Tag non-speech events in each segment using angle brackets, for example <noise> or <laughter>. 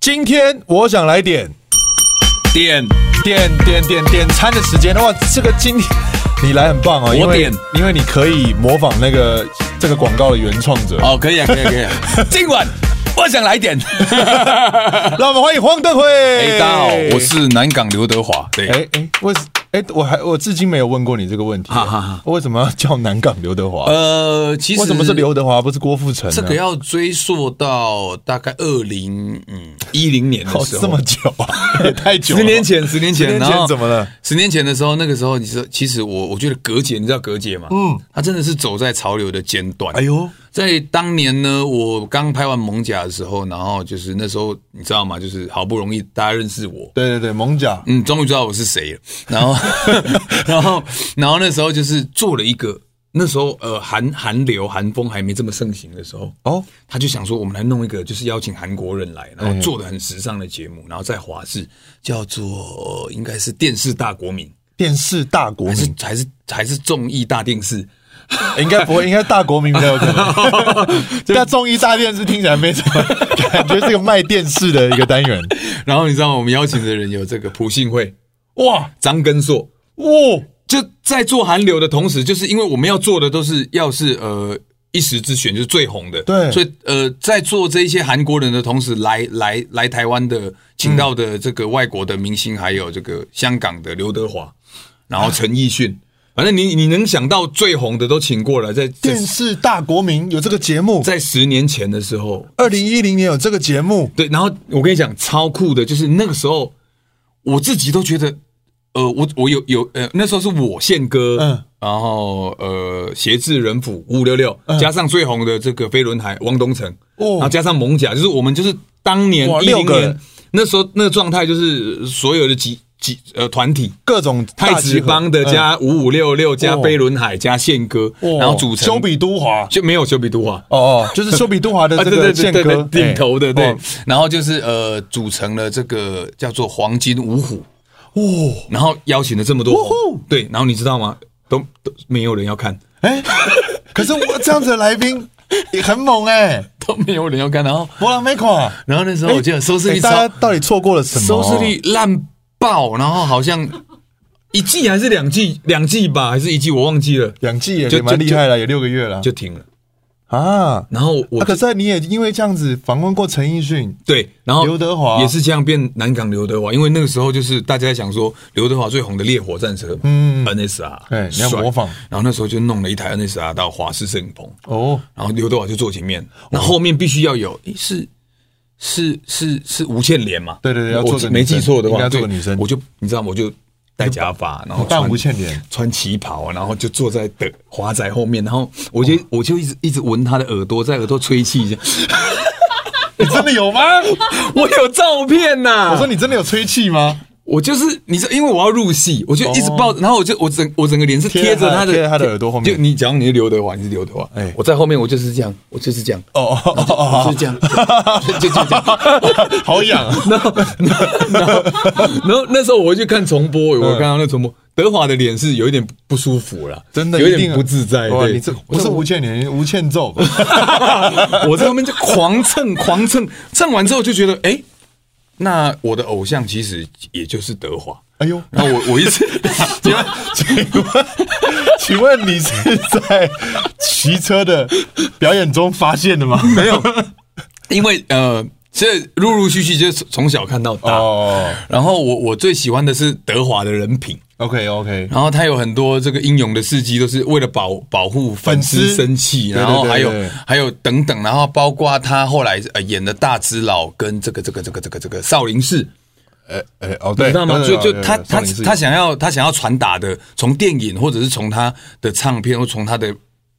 今天我想来点点点点点点餐的时间的话，哇这个今天你来很棒哦，因为点因为你可以模仿那个这个广告的原创者。哦，可以啊，可以啊，可以啊。 <laughs> 今晚我想来点。让我们欢迎黄德辉。哎，大家好，我是南港刘德华。对，哎哎，为什哎我还我至今没有问过你这个问题，啊哈哈哈为什么要叫南港刘德华？呃，其实为什么是刘德华不是郭富城呢？啊这个要追溯到大概二零嗯一零年的哦时这候么。久啊， <laughs> 也太久了。十年前，十年前，十年前然后怎么了？十年前的时候，那个时候，你说，其实我我觉得格姐，你知道格姐吗？嗯，她真的是走在潮流的尖端。哎呦，在当年呢，我刚拍完《蒙甲》的时候，然后就是那时候，你知道吗？就是好不容易大家认识我，对对对，蒙甲，嗯，终于知道我是谁了。然后， <laughs> 然后，然后那时候就是做了一个，那时候呃，韩韩流、韩风还没这么盛行的时候，哦，他就想说，我们来弄一个，就是邀请韩国人来，然后做的很时尚的节目，然后在华视叫做、呃应该是电视大国民，电视大国还是民，还是还是综艺大电视。 <laughs> 应该不会，应该大国民比较有可 <laughs> 能。但综艺大电视听起来没什么，感觉是个卖电视的一个单元。然后你知道吗我们邀请的人有这个朴信惠，哇，张根硕，哇，就在做韩流的同时，就是因为我们要做的都是要是呃一时之选，就是最红的。对所以呃，在做这一些韩国人的同时，来来来台湾的，请到的这个外国的明星，还有这个香港的刘德华，然后陈奕迅，反正你你能想到最红的都请过来，在在电视大国民有这个节目，在十年前的时候，二零一零年有这个节目，对，然后我跟你讲，超酷的，就是那个时候我自己都觉得，呃，我我有有呃，那时候是我宪哥，嗯嗯，然后呃，协志人府五六六，加上最红的这个飞轮海汪东城，嗯哦哦，然后加上蒙甲，就是我们就是当年哇一六零个年人那时候那个状态，就是所有的集集呃团体。各种大太子集合帮的嗯加五五六六加哦飞轮海加宪哥，哦然后组成修比都华。就没有修比啊都华，哦哦，就是修比都华的 <laughs> 啊，这对个对宪对对哥对，顶头的对哦，然后就是呃，组成了这个叫做黄金五虎，哇，然后邀请了这么多哇呼红，对，然后你知道吗？都都没有人要看，哎， <laughs> 可是我这样子的来宾也很猛哎， <laughs> 都没有人要看，然后波浪没垮。然后那时候我记得收视率哎大超家，到底错过了什么？收视率烂爆，然后好像一季还是两季，两季吧，还是一季我忘记了，两季也就蛮就厉害了，也六个月了就停了。啊。然后我啊，可是你也因为这样子访问过陈奕迅，对，然后刘德华也是这样变南港刘德华，因为那个时候就是大家在想说刘德华最红的烈火战车，嗯，NSR，对你要帅模仿然后那时候就弄了一台 NSR 到华视摄影棚，哦，然后刘德华就坐前面，那后面必须要有，诶是是是是吴倩莲嘛？对对对要我做个女生没记错的话，应该做个对女生我就你知道吗，我就戴假发，然后扮穿吴倩莲，穿旗袍，然后就坐在的华仔后面，然后我哦就我就一直一直闻他的耳朵，在耳朵吹气这样，你真的有吗？ <laughs> 我有照片呐、我说你真的有吹气吗？我就是你知道，因为我要入戏，我就一直抱，然后我就我整我整个脸是贴着他的哦贴着他的耳朵后面就你假如你是刘德华，你是刘德华，哎我在后面我就是这样，我就是这样，哦哦哦哦我就是这样， <laughs> 就就就这样。 <laughs> 哦，好痒 <laughs> 啊！然后然后然后然后那时候我会去看重播，嗯我刚刚那重播，德华的脸是有一点不舒服了，真的有一定啊点不自在。哇，对，你这不是吴倩莲，吴倩咒吧？ <laughs> 我在后面就狂蹭狂蹭，蹭完之后就觉得，哎，那我的偶像其实也就是德华。哎呦，然后我我一直， <laughs> 请问， <laughs> 请问你是在骑车的表演中发现的吗？ <laughs> 没有因为呃，这陆陆续续就是从小看到大。哦然后我我最喜欢的是德华的人品， ，OK OK，然后他有很多这个英勇的事迹，都是为了保保护粉粉丝丝生气，对对然后对还有对还有等等，然后包括他后来呃演的大只佬跟这个这个这个这个这个少林寺，哎哎哦，你对，知道吗？对就对就对他对他少林寺他想要他想要传达的，从电影或者是从他的唱片或从他的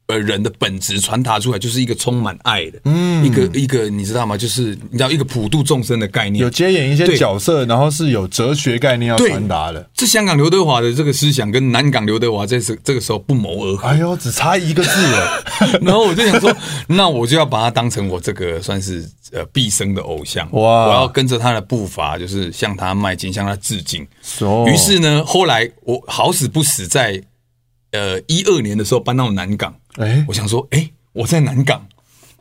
呃人的本质传达出来，就是一个充满爱的，嗯，一个一个你知道吗？就是你知道一个普度众生的概念有。接演一些对角色，然后是有哲学概念要对传达的。这香港刘德华的这个思想跟南港刘德华在这这个时候不 <laughs> 谋而合，哎呦，只差一个字了。然后我就想说，那我就要把他当成我这个算是呃毕生的偶像，哇哇！我要跟着他的步伐，就是向他迈进，向他致敬。哦于是呢，后来我好死不死在呃一二年的时候搬到南港，哎我想说，哎、我在南港，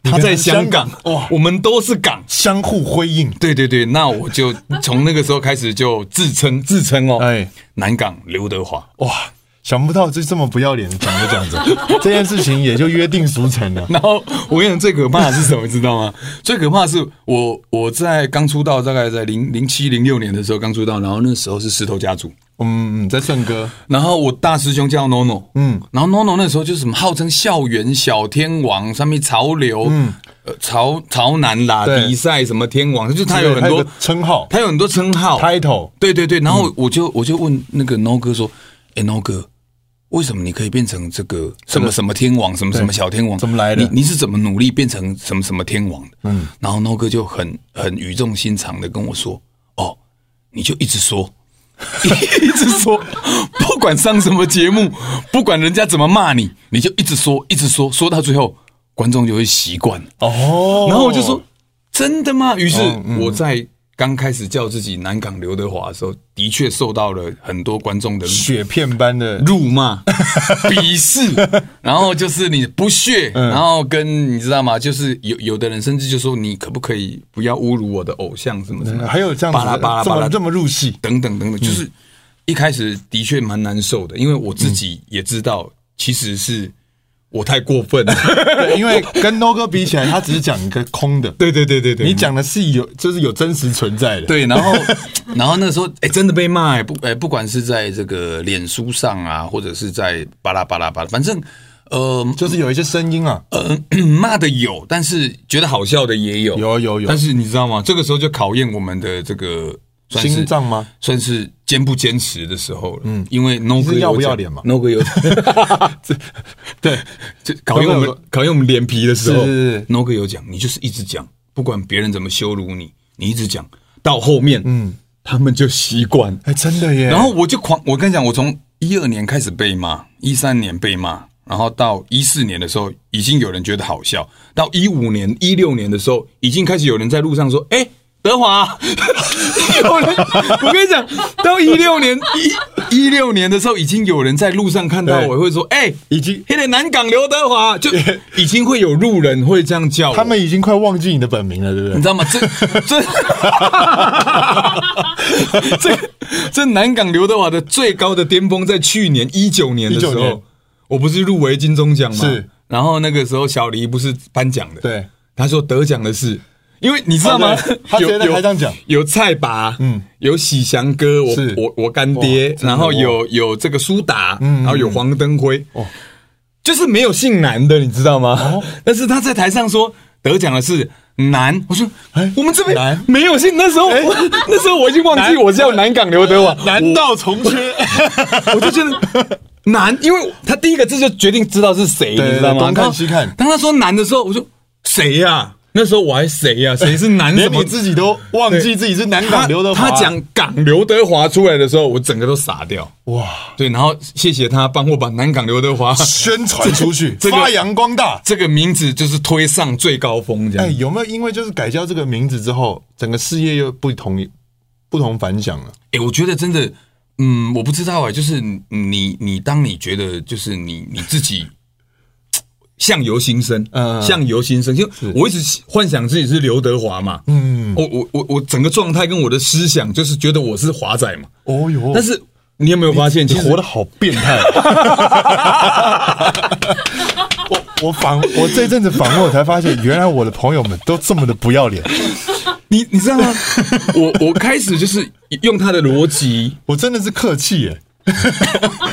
他在香港香，港哇哇，我们都是港。相互辉映，对对对，那我就从那个时候开始就自称 <laughs> 自称哦，哎南港刘德华。哇，想不到就这么不要脸，长得这样子，这件事情也就约定俗成了。然后我跟你讲，最可怕的是什 <laughs> 么，知道吗？最可怕的是我我在刚出道，大概在零零七零六年的时候刚出道，然后那时候是石头家族，嗯，嗯，在顺哥，然后我大师兄叫 NONO，嗯，然后 NONO 那时候就是什么号称校园小天王，上面潮流，嗯，呃、潮潮男啦对比赛什么天王，就是他有很他有多个称号他有很多称号， title，对对对，然后嗯我就、我就问那个 No 哥说，哎、n o 哥，为什么你可以变成这个什么什么天王，什么什么小天王，怎么来的你你是怎么努力变成什么什么天王的？嗯，然后 No 哥就很很语重心长的跟我说，哦，你就一 <laughs> 直说。一直说，不管上什么节目，不管人家怎么骂你，你就一直说，一直说，说到最后，观众就会习惯了。哦，然后我就说：“真的吗？”于是哦嗯我在刚开始叫自己南港刘德华的时候，的确受到了很多观众的雪片般的，辱 <laughs> 骂、鄙视，然后就是你不屑，嗯然后跟你知道吗？就是有有的人甚至就说：“你可不可以不要侮辱我的偶像？”什么什么，还有这样嗯巴拉子巴拉这巴拉么这么入戏，等等嗯等等，就是一开始的确蛮难受的，因为我自己嗯也知道，其实是我太过分 <laughs> 了。对，因为跟 No 哥比起来，他只是讲一个空的，对对对对对，你讲的是有，就是有真实存在的，，对，然后 <laughs> 然后那时候哎、真的被骂哎、不哎、不管是在这个脸书上啊，或者是在巴拉巴拉巴拉，反正呃 <clears throat> 就是有一些声音啊，呃骂的有，但是觉得好笑的也有，有有有但是你知道吗？这个时候就考验我们的这个算是心脏吗？算是坚不坚持的时候了。嗯，因为 No 是哥要有不要讲脸嘛？No 哥 <laughs> 有讲， <laughs> 这对，这考验我有们考验我们脸皮的时候是是是 n o 哥有讲，你就是一直讲，不管别人怎么羞辱你，你一直讲到后面，嗯，他们就习惯。哎，真的耶，然后我就狂，我跟你讲，我从一二年开始被骂，一三年被骂，然后到一四年的时候，已经有人觉得好笑；到一五年、一六年的时候，已经开始有人在路上说：“哎、德华，有人，我跟你讲，到一六年一一六年的时候，已经有人在路上看到我，对会说：“哎、已经黑的南港刘德华，就已经会有路人会这样叫我。他们已经快忘记你的本名了，对不你对？知道吗？这这这这南港刘德华的最高的巅峰，在去年一九年的时19年候，我不是入围金钟奖吗？是。然后那个时候小黎不是颁奖的，对，他说得奖的是。因为你知道吗哦对？他直有接在台上讲有有蔡拔，嗯，有喜祥哥，我是我我干爹哇，真的然后哇嗯有有这个苏打，然后有黄登辉，哦就是没有姓南的，你知道吗？但是他在台上说得奖的是南，我说、哎我们这边南哎没有姓，那时候、我 <laughs> 那时候我已经忘记我叫南港刘德华，难道重 <laughs> 缺？ <laughs> 我就觉得难，因为他第一个字就决定知道是谁，对你知道吗？东看然后西看当他说难的时候，我就谁呀、那时候我还 <laughs> 谁呀、谁是难什连么你？自己都忘记自己是南港刘德华，他他讲港刘德华出来的时候，我整个都傻掉。哇，对，然后谢谢他帮我把南港刘德华 <laughs> 宣传出 <laughs> 去，这个发扬光大。这个名字就是推上最高峰，这样。哎，有没有因为就是改叫这个名字之后，整个事业又不同不同凡响啊了？哎、我觉得真的，嗯，我不知道哎、就是你你你，当你觉得就是你你自己相由心生，嗯嗯相由心生，就我一直幻想自己是刘德华嘛，嗯，我我我我整个状态跟我的思想就是觉得我是华仔嘛，哦哟，但是你有没有发现，你其实活得好变态。我我 <laughs> 访我这阵子访问，我才发现原来我的朋友们都这么的不要脸。 <laughs> <laughs> 你你知道吗？我我开始就是用他的逻辑，我真的是客气 <laughs> 耶，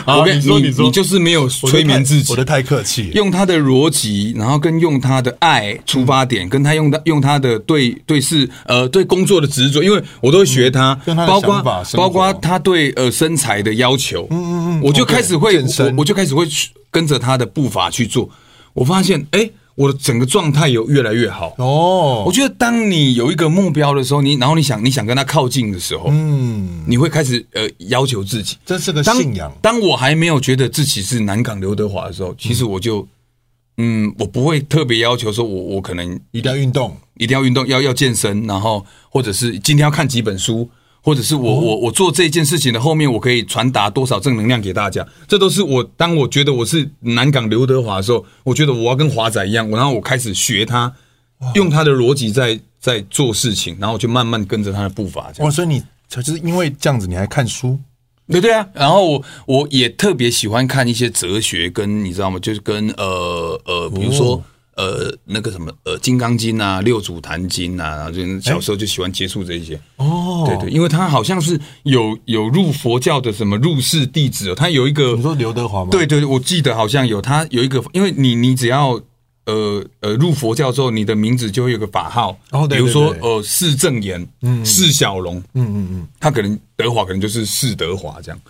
我啊跟你说你你说你就是没有我的催太眠自己我，的太客气了。用他的逻辑，然后跟用他的爱出发点，嗯跟他用他用他的对对事呃对工作的执着，因为我都会学他，跟他的包想法括生活包括他对呃身材的要求，嗯嗯嗯，我就开始会健身我我就开始会去跟着他的步伐去做，我发现哎、我的整个状态有越来越好。我哦，觉得当你有一个目标的时候，你然后你想你想跟他靠近的时候，嗯，你会开始呃要求自己，这是个当信仰。当我还没有觉得自己是南港刘德华的时候，其实我就，嗯，我不会特别要求说我，我可能一定要运动，一定要运动，要要健身，然后或者是今天要看几本书，或者是哦我、我我做这件事情的后面，我可以传达多少正能量给大家，这都是我当我觉得我是南港刘德华的时候，我觉得我要跟华仔一样，我然后我开始学他，用他的逻辑在在做事情，然后我就慢慢跟着他的步伐，这样。哇，哦所以你就是因为这样子，你还看书？对对啊，然后我我也特别喜欢看一些哲学跟，你知道吗？就是跟呃哦呃，比如说、呃那个什么呃《金刚经》啊，《六祖坛经》啊，然后就小时候就喜欢接触这一些。哎哦对对，因为他好像是有有入佛教的什么入世弟子哦，他有一个你说刘德华吗？对对，我记得好像有他有一个，因为你你只要呃呃入佛教之后，你的名字就会有个法号，哦对对比如说对呃释正言，嗯，释小龙，嗯，嗯嗯他可能德华可能就是释德华这样。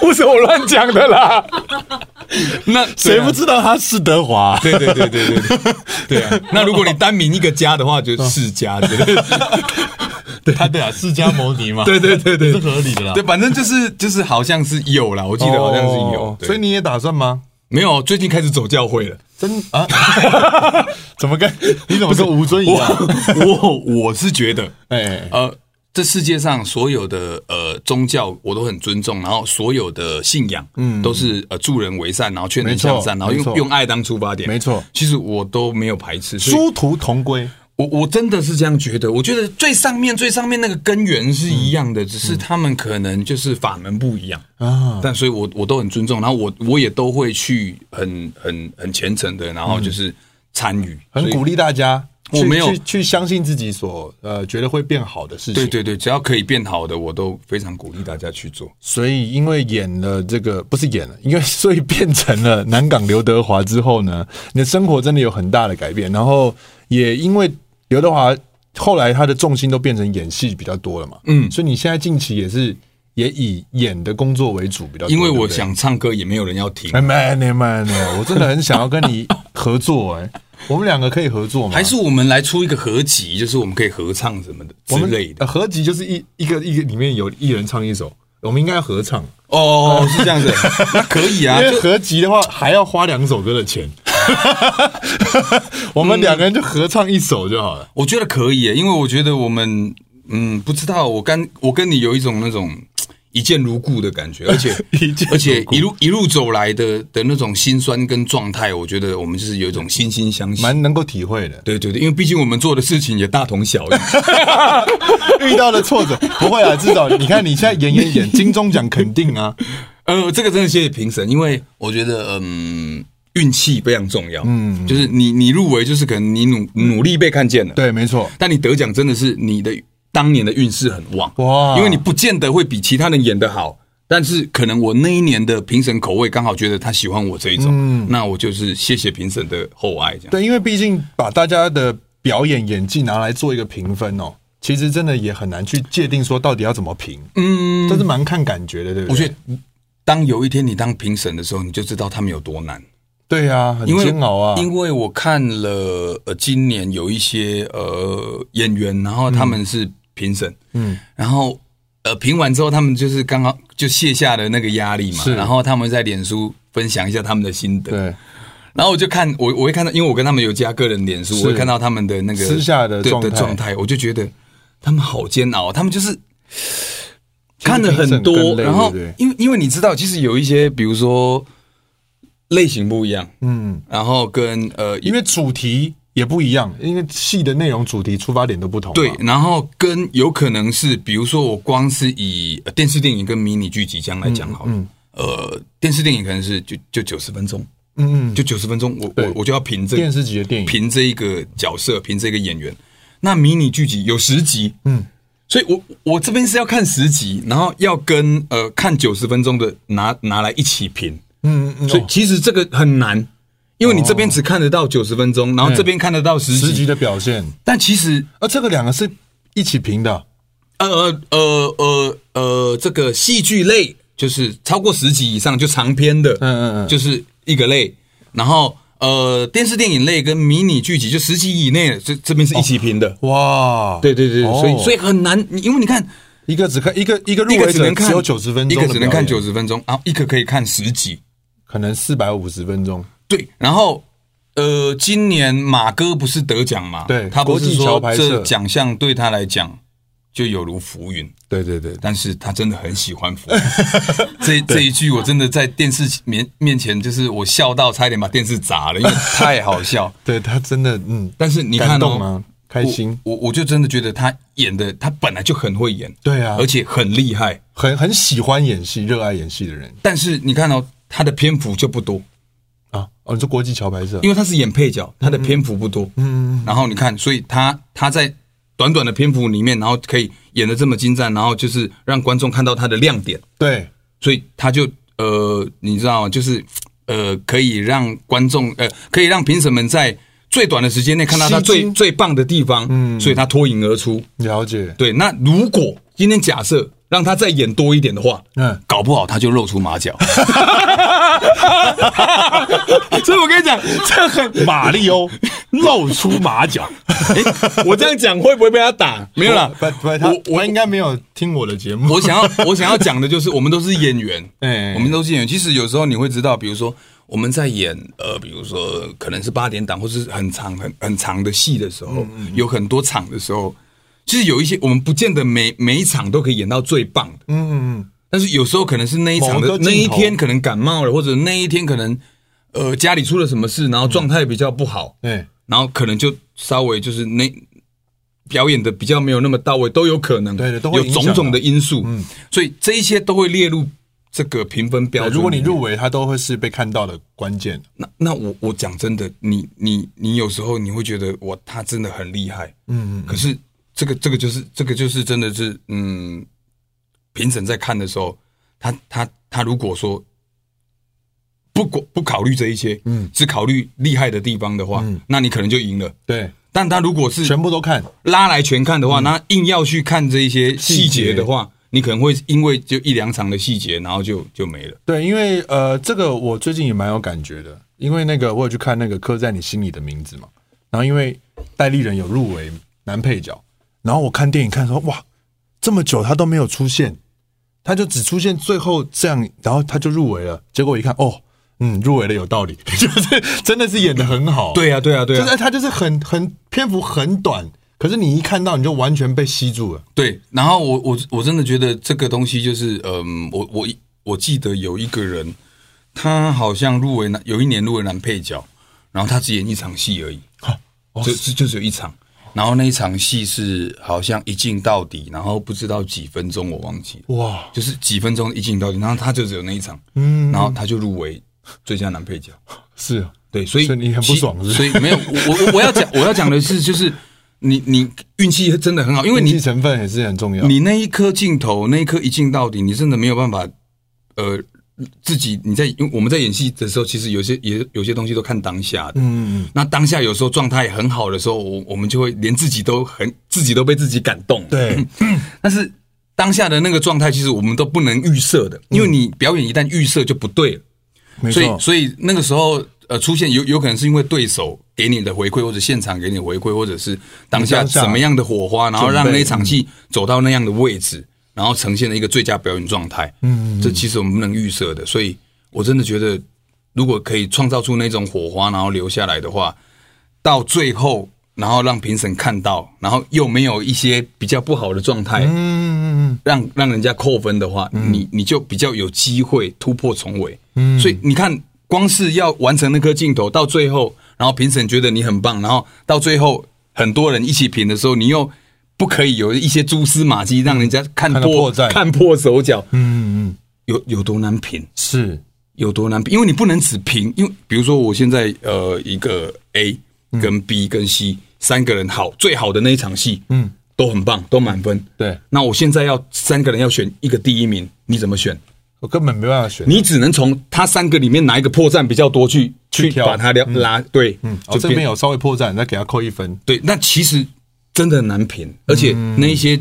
不是我乱讲的 <laughs> 啦，那谁不知？知道他是德华、对对对对对对对啊！那如果你单名一个家的话，就是世家之类的。他对啊，释迦牟尼嘛，对对对对，是合理的啦对，反正就是就是好像是有啦，我记哦，得好像是有。对所以你也打算吗？没有，最近开始走教会了。真啊？ <laughs> 怎么跟你怎么跟吴尊一样？我我我是觉得，哎，呃，这世界上所有的呃宗教我都很尊重，然后所有的信仰，嗯，都是呃助人为善，然后劝人向善，没然错没后用错用爱当出发点，没错其实我都没有排斥，所以殊途同归。我我真的是这样觉得。我觉得最上面最上面那个根源是一样的，只是他们可能就是法门不一样嗯啊啊。但所以我我都很尊重，然后我我也都会去很很很虔诚的，然后就是参与，嗯很所以鼓励大家去，我没有去去相信自己所呃觉得会变好的事情。对对对，只要可以变好的，我都非常鼓励大家去做。所以因为演了这个不是演了，因为 <laughs> 所以变成了南港刘德华之后呢，你的生活真的有很大的改变。然后也因为刘德华后来他的重心都变成演戏比较多了嘛，嗯，所以你现在近期也是也以演的工作为主比较多，因为对我不对。想唱歌，也没有人要听。哎，慢点慢点，我真的很想要跟你合作哎、我们两个可以合作吗？还是我们来出一个合集，就是我们可以合唱什么的我之们类的。呃合集就是一一个一个里面有一人唱一首，我们应该要合唱，哦，是这样子， <laughs> 那可以啊因。为合集的话还要花两首歌的钱。 <laughs> 我们两个人就合唱一首就好了。我觉得可以耶，因为我觉得我们，嗯，不知道，我跟我跟你有一种那种嘖一见如故的感觉，而且 <laughs> 嗯一见如故而且一路一路走来的的那种辛酸跟状态，我觉得我们就是有一种惺惺相惜。蛮能够体会的，对对对，因为毕竟我们做的事情也大 <laughs> 同小异。遇到了挫折不会啊，至少你看你现在演演演金钟奖肯定啊，呃，这个真的谢谢评审，因为我觉得，嗯，运气非常重要。嗯，就是你你入围，就是可能你努努力被看见了，对，没错，但你得奖真的是你的当年的运势很旺哇因为你不见得会比其他人演得好，但是可能我那一年的评审口味刚好觉得他喜欢我这一种，那我就是谢谢评审的厚爱这样。嗯对，因为毕竟把大家的表演演技拿来做一个评分哦，其实真的也很难去界定说到底要怎么评，嗯，这是蛮看感觉的，对不对？我觉得，当有一天你当评审的时候，你就知道他们有多难。对啊，很因为煎熬啊，因为我看了呃，今年有一些呃演员，然后他们是评审，嗯，然后呃评完之后，他们就是刚好就卸下了那个压力嘛，是然后他们在脸书分享一下他们的心得，对。然后我就看我我会看到，因为我跟他们有加个人脸书，我会看到他们的那个私下的对状态状态，我就觉得他们好煎熬，啊他们就是看了很其实多评审更，累然后对不对因为因为你知道，其实有一些比如说类型不一样，嗯，然后跟呃因为主题也不一样，因为戏的内容、主题、出发点都不同嘛。对，然后跟有可能是，比如说我光是以呃电视电影跟迷你剧集这样来讲好了，呃，电视电影可能是就就九十分钟，嗯，嗯，就九十分钟，我我我就要评这电视级的电影，评这一个角色，评这个演员。那迷你剧集有十集，嗯，所以我我这边是要看十集，然后要跟呃看九十分钟的拿拿来一起评，嗯嗯，所以其实这个很难，因为你这边只看得到九十分钟，然后这边看得到十嗯十级集，的表现，但其实而这个两个是一起评的，呃呃呃呃呃，这个戏剧类就是超过十集以上就长篇的，嗯嗯嗯就是一个类。然后呃，电视电影类跟迷你剧集就十集以内的，这这边哦是一起评的。哇，对对对，对哦所以所以很难，你因为你看一个只看一个一个入一围个只者能看只有九十分一钟，个只能看九，十分钟，然后一个可以看十集。可能四百五十分钟，对，然后呃，今年马哥不是得奖嘛？对他不国是际桥说牌社这奖项对他来讲就有如浮云。对对对，但是他真的很喜欢 <laughs> 浮云，这这一句我真的在电视面面前，就是我笑到差一点把电视 <laughs> 砸了，因为太好笑。对他真的嗯，但是你感看动哦吗，？开心，我我我就真的觉得他演的，他本来就很会演，对啊而且很厉害。很很喜欢演戏、热爱演戏的人但是你看哦，他的篇幅就不多，啊。哦，你说国际桥牌社因为他是演配角，他的篇幅不多。嗯，然后你看，所以他他在短短的篇幅里面，然后可以演的这么精湛，然后就是让观众看到他的亮点，对所以他就呃，你知道吗？就是呃，可以让观众呃，可以让评审们在最短的时间内看到他吸最睛最棒的地方。嗯，所以他脱颖而出。了解，对，那如果今天假设让他再演多一点的话，嗯，搞不好他就露出马脚。所以我跟你讲，这很马里欧露出马 <laughs> 脚，我这样讲会不会被他打？没有啦，不不，他我我应该没有听我的节目。我想要 <laughs> 我想要讲的就是，我们都是演员，哎我们都是演员。其实有时候你会知道，比如说我们在演呃，比如说可能是八点档或是很长很很长的戏的时嗯候，有很多场的时候，其实有一些我们不见得每每一场都可以演到最棒的。嗯嗯但是有时候可能是那一场某的个镜头那一天可能感冒了，或者那一天可能呃家里出了什么事，然后状态比较不好，嗯，然后可能就稍微就是那表演的比较没有那么到位，都有可能，对对都会有影响种种的因素，嗯，所以这一些都会列入这个评分标对，准。如果你入，围，他都会是被看到的关键。那那我我讲真的，你你你有时候你会觉得哇，他真的很厉害，嗯嗯，可是这个这个就是这个就是真的是嗯，评审在看的时候，他他他如果说不过不考虑这一些，嗯，只考虑厉害的地方的话，嗯那你可能就赢了。对，但他如果是全部都看，拉来全看的话，那硬要去看这一些嗯细细节节的话，你可能会因为就一两场的细节，然后就就没了。对，因为呃，这个我最近也蛮有感觉的，因为那个我有去看那个刻在你心里的名字嘛，然后因为戴立人有入围男配角，然后我看电影看说哇，这么久他都没有出现，他就只出现最后这样，然后他就入围了，结果我一看哦，嗯，入围了有道理， <laughs> 就是真的是演的很好，对啊，对啊，对就是哎他就是很很篇幅很短，可是你一看到你就完全被吸住了，对，然后我我我真的觉得这个东西就是，嗯，我我我记得有一个人，他好像入围男，有一年入围男配角，然后他只演一场戏而已，就就就只有一场，然后那一场戏是好像一镜到底，然后不知道几分钟我忘记了，哇，就是几分钟一镜到底，然后他就只有那一场，嗯，然后他就入围最佳男配角，是啊对，所以所以你很不爽其是不所以没有我我我要 <laughs> 讲我要讲的是就是你你运气真的很好，因为运你气成分也是很重要，你那一颗镜头，那一颗一镜到底，你真的没有办法，呃，自己你在，因为我们在演戏的时候，其实有些也有些东西都看当下的。嗯嗯那当下有时候状态很好的时候，我我们就会连自己都很自己都被自己感动。，对。但是当下的那个状态，其实我们都不能预设的，因为你表演一旦预设就不对了。没所错以，，所以那个时候，呃，出现有有可能是因为对手给你的回馈，或者现场给你的回馈，或者是当下当下什么样的火花，然后准备让那场戏走到那样的位置，然后呈现了一个最佳表演状态。嗯，这其实我们不能预设的，所以我真的觉得，如果可以创造出那种火花，然后留下来的话，到最后。然后让评审看到，然后又没有一些比较不好的状态，嗯，让让人家扣分的话，你你就比较有机会突破重围。嗯，所以你看，光是要完成那颗镜头到最后，然后评审觉得你很棒，然后到最后很多人一起评的时候，你又不可以有一些蛛丝马迹，让人家看看得破破绽看破手脚，嗯嗯，有有多难评？是有多难评？因为你不能只评，因为比如说我现在呃一个 A 跟 B 跟 C 三个人好最好的那一场戏，嗯，都很棒，都满分。对那我现在要三个人要选一个第一名，你怎么选？我根本没办法选。你只能从他三个里面哪一个破绽比较多去去挑把它拉拉对，嗯哦，这边有稍微破绽，再给他扣一分。对。那其实真的很难评，而且嗯那一些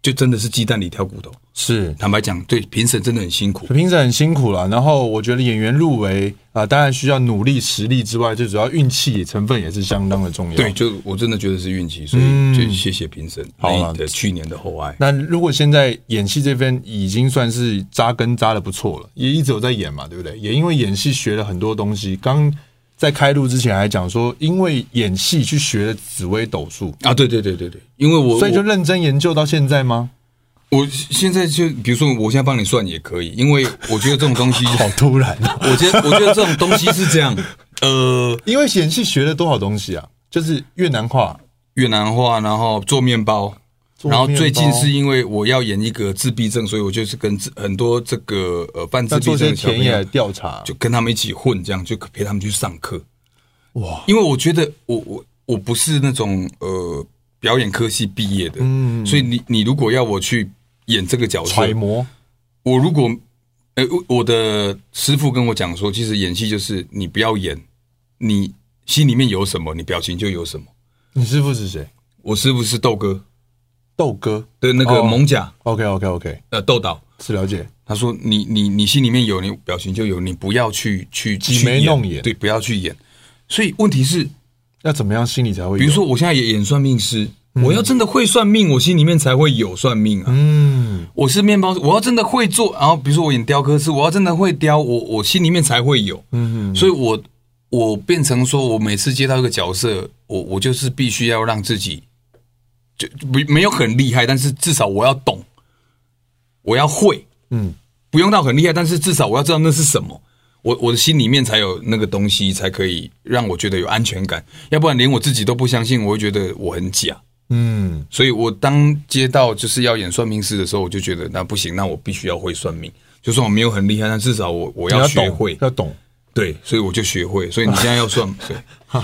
就真的是鸡蛋里挑骨头。是坦白讲，对评审真的很辛苦。评审很辛苦了，然后我觉得演员入围啊、当然需要努力、实力之外，最主要运气成分也是相当的重要。对，，就我真的觉得是运气，所以就谢谢评审。嗯好啊那你的去年的厚爱，那如果现在演戏这边已经算是扎根扎的不错了，也一直有在演嘛，对不对？也因为演戏学了很多东西。刚在开录之前还讲说，因为演戏去学了紫微斗数，啊，对对对对对，因为我所以就认真研究到现在吗？我我现在就比如说，我现在帮你算也可以，因为我觉得这种东西，好突然啊！我觉得我觉得这种东西是这样， <laughs> 呃，因为演戏学了多少东西啊？就是越南话，越南话，然后做面包，做然后面包最近是因为我要演一个自闭症，所以我就是跟自很多这个呃犯自那闭做症些的小田朋野友，调查，就跟他们一起混，这样就陪他们去上课。哇，因为我觉得我我我不是那种呃表演科系毕业的，嗯所以你你如果要我去演这个角色，揣摩我如果，呃，我的师傅跟我讲说，其实演戏就是你不要演，你心里面有什么，你表情就有什么。你师傅是谁？我师傅是豆哥豆哥。的那个哦蒙甲， OK OK OK，呃，豆导，是了解。他说你你你心里面有，你表情就有，你不要去去挤去眉弄眼对，不要去演。所以问题是，要怎么样心里才会？比如，说我现在也演算命师，我要真的会算命，我心里面才会有算命啊。嗯，我是面包师，我要真的会做，然后比如说我演雕刻师，我要真的会雕，我我心里面才会有，嗯，所以我我变成说，我每次接到一个角色，我我就是必须要让自己就没没有很厉害，但是至少我要懂，我要会，嗯，不用到很厉害，但是至少我要知道那是什么，我我的心里面才有那个东西，才可以让我觉得有安全感，要不然连我自己都不相信，我会觉得我很假，嗯，所以我当接到就是要演算命师的时候，我就觉得那不行，那我必须要会算命。就算我没有很厉害，但至少我我你要学懂会。要懂。对，所以我就学会。所以你现在要算，对 <laughs>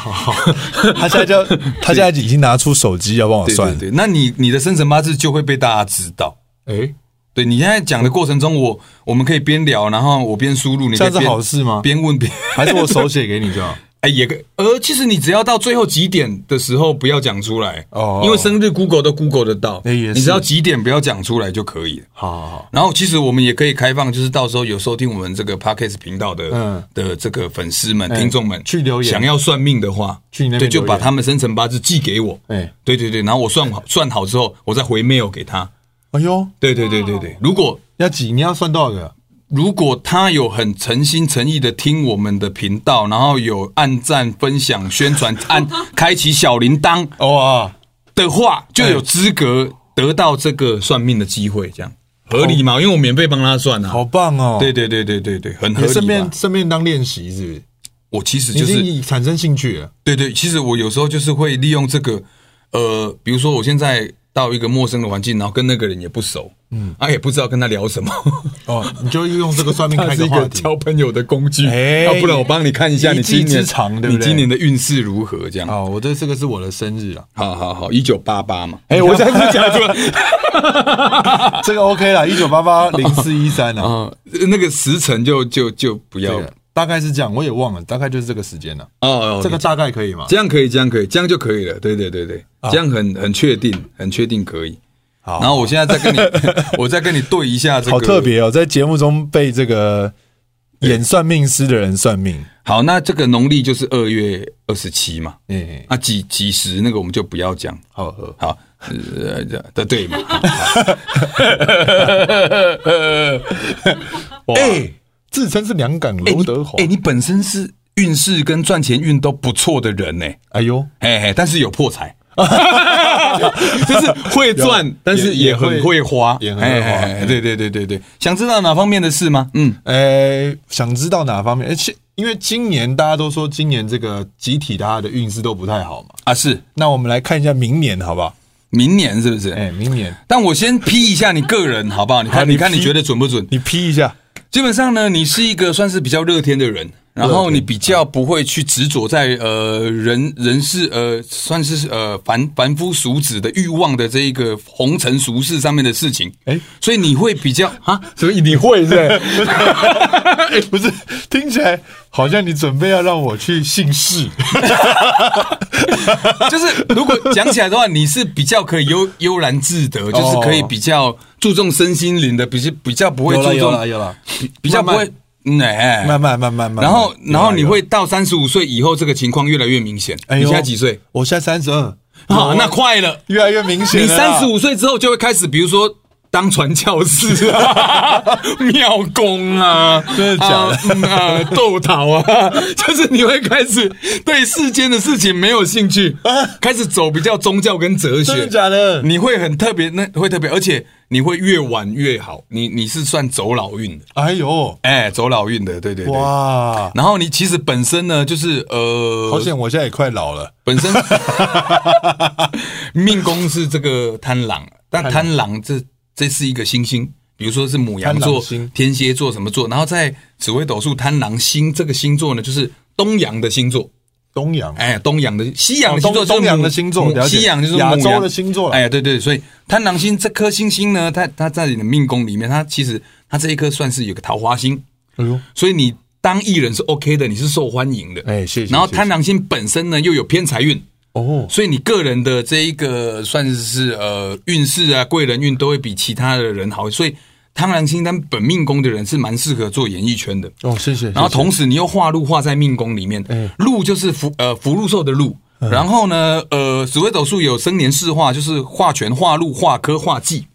他现在 <laughs> 就，他现在已经拿出手机要帮我对对对，那你你的生辰八字就会被大家知道。 <laughs> 哎，对你现在讲的过程中，我我们可以边聊，然后我边输入，你这可以样是边好事吗？边问边还是我手写给你就好？哎也可以。呃，其实你只要到最后几点的时候不要讲出来哦因为生日 Google 都 Google 得到，哎也是你只要几点不要讲出来就可以了。 <laughs> 好好好，然后其实我们也可以开放，就是到时候有收听我们这个 podcast 频道的、嗯的这个粉丝们、哎听众们去留言想要算命的话，去你那边对，就留把言他们生辰八字寄给我。哎，对对对，然后我算好算好之后，我再回 mail 给他。哎呦，对对对对哦对，如果要几？你要算多少个？如果他有很诚心诚意的听我们的频道，然后有按赞、分享、宣传、按开启小铃铛哦啊，的话，就哎有资格得到这个算命的机会，这样合理哦吗？因为我免费帮他算啊。好棒哦！对，对对对对对，很合你理吧。顺便顺便当练习是不是？我其实你就已是经产生兴趣了，对对，其实我有时候就是会利用这个，呃，比如说我现在到一个陌生的环境，然后跟那个人也不熟，嗯，啊也不知道跟他聊什 <laughs> 么，哦，你就用这个算 <laughs> 命它开是一话个题。交朋友的工具，哎要啊不然我帮你看一下一你技今年之长对不你对今年的运势如何？这样，哦，我这这个是我的生日啊，好好好，一九八八嘛，哎，我现在是讲出 <laughs> 来，这个 OK 啦，一九八八 <laughs> 零四一三啊，啊，那个时辰就就就不这要个大概是这样，我也忘了，大概就是这个时间了。哦，这个大概可以吗？这样可以，这样可以，这样就可以了，对对对对，这样很很确定，很确定可以。啊好然后我现在再 <laughs> 跟你，我再跟你对一下这个，好特。别哦，在节目中被这个演算命师的人算命，好，那这个农历就是二月二十七嘛，哎，啊几几时那个我们就不要讲。好喝，好，呃，对对 <laughs> 嘛，哎，自称是两港哎刘德华你哎，，你本身是运势跟赚钱运都不错的人呢、哎呦，嘿嘿，但是有 <laughs> 破财。就是会赚，但是也很会花，也很会花嗯嘿嘿嘿对对对对对，想知道哪方面的事吗？嗯，哎，想知道哪方面？而且因为今年大家都说今年这个集体大家的运势都不太好嘛，啊是，那我们来看一下明年好不好？明年是不是？哎，明年但我先批一下你个人好不好？你看，你看你觉得准不准？你 P 一 <laughs> 下，基本上呢，你是一个算是比较乐天的人，然后你比较不会去执着在呃人人世呃算是呃凡凡夫俗子的欲望的这一个红尘俗世上面的事情。哎、哎所以你会比较啊，所以你会是不是哎，不是，听起来好像你准备要让我去姓氏， <laughs> 就是如果讲起来的话，你是比较可以悠悠然自得，就是可以比较注重身心灵的，比较比较不会注重，有了，比比较不会嗯哎。慢慢慢慢慢慢。然后，有啦然后你有啦会到三十五岁以后，这个情况越来越明显。哎呦你现在几岁？我现在三十二，啊，那快了，越来越明显你了啦。三十五岁之后就会开始，比如说当传教 <laughs> 士啊，庙公啊，真的假的啊嗯啊，豆桃啊， <laughs> 就是你会开始对世间的事情没有兴趣，开始走比较宗教跟哲啊真学的，假的？你会很特别，那会特别，而且你会越晚越好，你你是算走老运的，哎呦，哎，走老运的，对对对。哇！然后你其实本身呢，就是呃，好险，我现在也快老了。本 <laughs> 身命宫是这个贪狼，但贪狼这这是一个星星，比如说是母羊贪座狼星、天蝎座什么座，然后在紫微斗数贪狼星这个星座呢，就是东洋的星座，东阳，哎，东洋的西洋的哦星座就是东母，东洋的星座母了解西洋就是母亚洲羊的星座啦哎，对对，所以贪狼星这颗星星呢，它它在你的命宫里面，它其实它这一颗算是有个桃花星，哎呦，所以你当艺人是 OK 的，你是受欢迎的，哎谢谢然后谢谢贪狼星本身呢又有偏财运。哦，所以你个人的这一个算是呃运势啊、贵人运都会比其他的人好，所以贪狼星当本命宫的人是蛮适合做演艺圈的。哦，谢谢。然后谢谢同时你又画禄画在命宫里面哎，嗯禄就是福呃福禄寿的禄。然后呢，呃，紫微斗数有生年四化，就是化权、化禄、化科、化忌。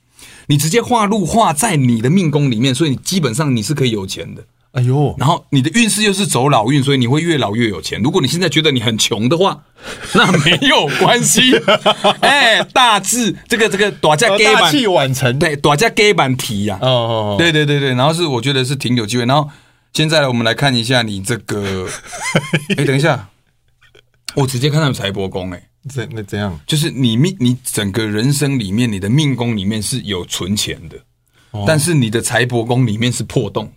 你直接化禄化在你的命宫里面，所以你基本上你是可以有钱的。哎呦，然后你的运势又是走老运，所以你会越老越有钱。如果你现在觉得你很穷的 <laughs> 话，那没有关 <laughs> 系。哎，大致这个这个短价 gay 大版，器晚成。对短价 gay 版题呀、哦哦，哦对对对对，然后是我觉得是挺有机会。然后现在呢，我们来看一下你这个， <laughs> 哎，等一下，我直接看到财帛宫，哎，怎那怎样？就是你命，你整个人生里面，你的命宫里面是有存钱的，但是你的财帛宫里面是破洞。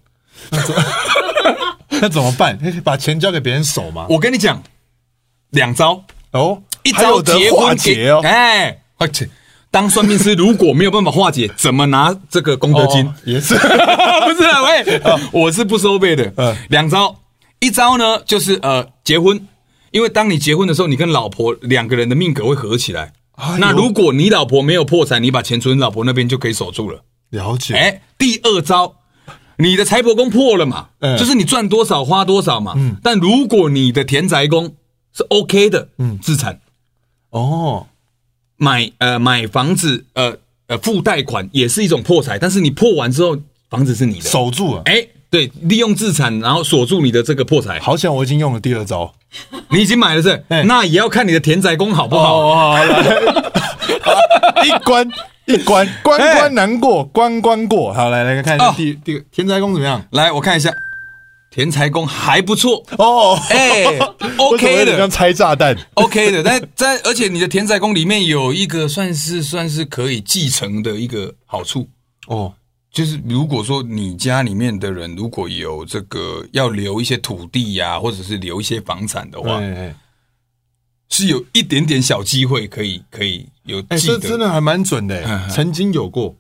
那怎么办？ <laughs> 把钱交给别人手吗？我跟你讲，两招。哦，一还招有得结化婚解哦。哎，而且当算命师如果没有办法化解，怎么拿这个功德金？哦也是 <laughs> 不是啊，喂， <laughs> 我是不收费的嗯。两招，一招呢就是呃结婚，因为当你结婚的时候，你跟老婆两个人的命格会合起来哎呦。那如果你老婆没有破财，你把钱存老婆那边就可以守住了。 <laughs> 了解。哎，第二招，你的财帛宫破了嘛，嗯就是你赚多少花多少嘛。但如果你的田宅宫是 OK 的，嗯，资产。哦，买呃买房子呃呃付贷款也是一种破财，但是你破完之后房子是你的，守住了。哎、对，利用资产然后锁住你的这个破财。好险，我已经用了第二招。你已经买了是不是哎那也要看你的田宅宫好不好。哦，一关一关，关关难过，关关过。好，来来看一下哦第第个天灾宫怎么样？来，我看一下，田宅宫还不 <laughs> 错，哦哎、o 为什么 k 有点像的拆炸弹。 ，OK 的。但但而且你的田宅宫里面有一个算是算是可以继承的一个好处，哦，就是如果说你家里面的人如果有这个要留一些土地呀、或者是留一些房产的话，哎哎是有一点点小机会可以可以有哎，记这得，真的还蛮准的嗯嗯欸，曾经有过，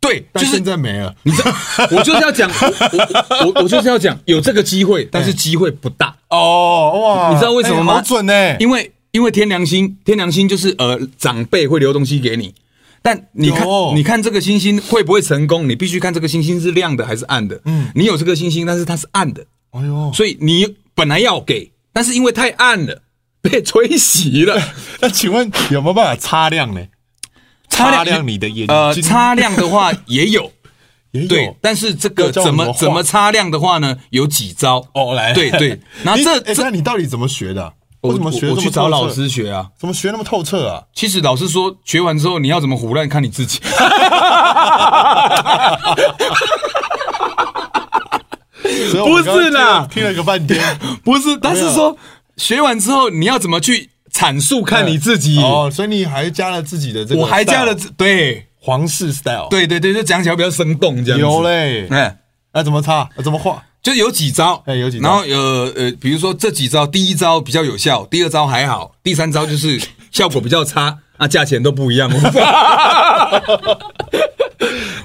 对，就但是现在没了。你知道， <laughs> 我就是要讲，我我我我就是要讲有这个机会，但是机会不大，哦，哇你知道为什么吗哎好准呢，因为因为天良心，天良心就是呃长辈会留东西给你。但你看有，你看这个星星会不会成功？你必须看这个星星是亮的还是暗的。嗯，你有这个星星，但是它是暗的，哎呦，所以你本来要给，但是因为太暗了，被吹熄 <laughs> 了。那请问有没有办法擦亮呢？擦亮你的眼睛呃，擦亮的话也 <laughs> 有，也有对，但是这个要教怎我么们画怎么擦亮的话呢？有几招哦，来，对对那你这哎这那你到底怎么学的啊？我为什么学这我我么去透找彻老，师学啊？怎么学那么透彻啊？其实老师说学完之后你要怎么胡乱看你 <laughs> 自己。所以我不是啦刚刚听了听了个半 <laughs> 天。不是，但是说学完之后你要怎么去阐述看你自己？哦，所以你还加了自己的这个，我还加了自对皇室 style，，对对对，就讲起来比较生动这样子。有，嘞，哎，那怎么擦？怎么画？就有几招，哎有几招然后呃呃，比如说这几招，第一招比较有效，第二招还好，第三招就是 <laughs> 效果比较差，啊，价钱都不一样。 <laughs>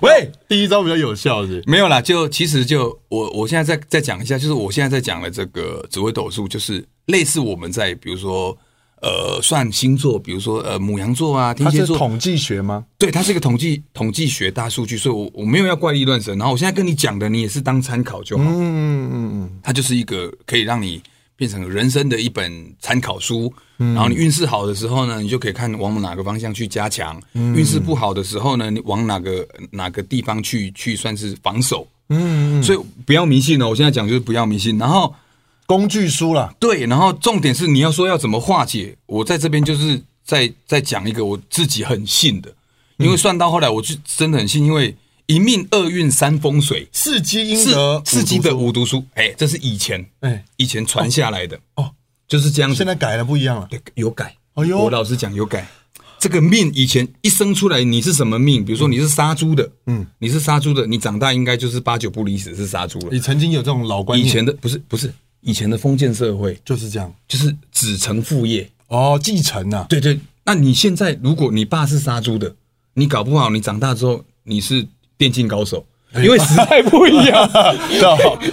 喂，第一招比较有效是没有啦，就其实就我我现在再再讲一下，就是我现在在讲的这个紫微斗数，就是类似我们在比如说呃算星座，比如说呃母羊座啊、天它蝎是座，统计学吗？对，它是一个统计统计学大数据，所以我我没有要怪力乱神。然后我现在跟你讲的，你也是当参考就好。嗯嗯嗯嗯，它就是一个可以让你变成人生的一本参考书。然后你运势好的时候呢，你就可以看往哪个方向去加强；运势不好的时候呢，你往哪个哪个地方去去算是防守。嗯，所以不要迷信哦。我现在讲就是不要迷信。然后工具书啦，对，然后重点是你要说要怎么化解。我在这边就是在在讲一个我自己很信的，因为算到后来我就真的很信，因为一命二运三风水四积阴是德，自己的五读书，哎，这是以前哎，以前传下来的哦，就是这样现子。在改了不一样了。对有改，哎呦我老实讲有改。这个命以前一生出来你是什么命？比如说你是杀猪的，嗯，你是杀猪的，你长大应该就是八九不离十是杀猪了你。曾经有这种老观以念，前的不是不是以前的封建社会，就是这样就是子承父业。哦，继承 <laughs> 呐、啊，对对，那你现在如果你爸是杀猪的，你搞不好你长大之后你是电竞高手，因为时 <laughs> 代不一样，啊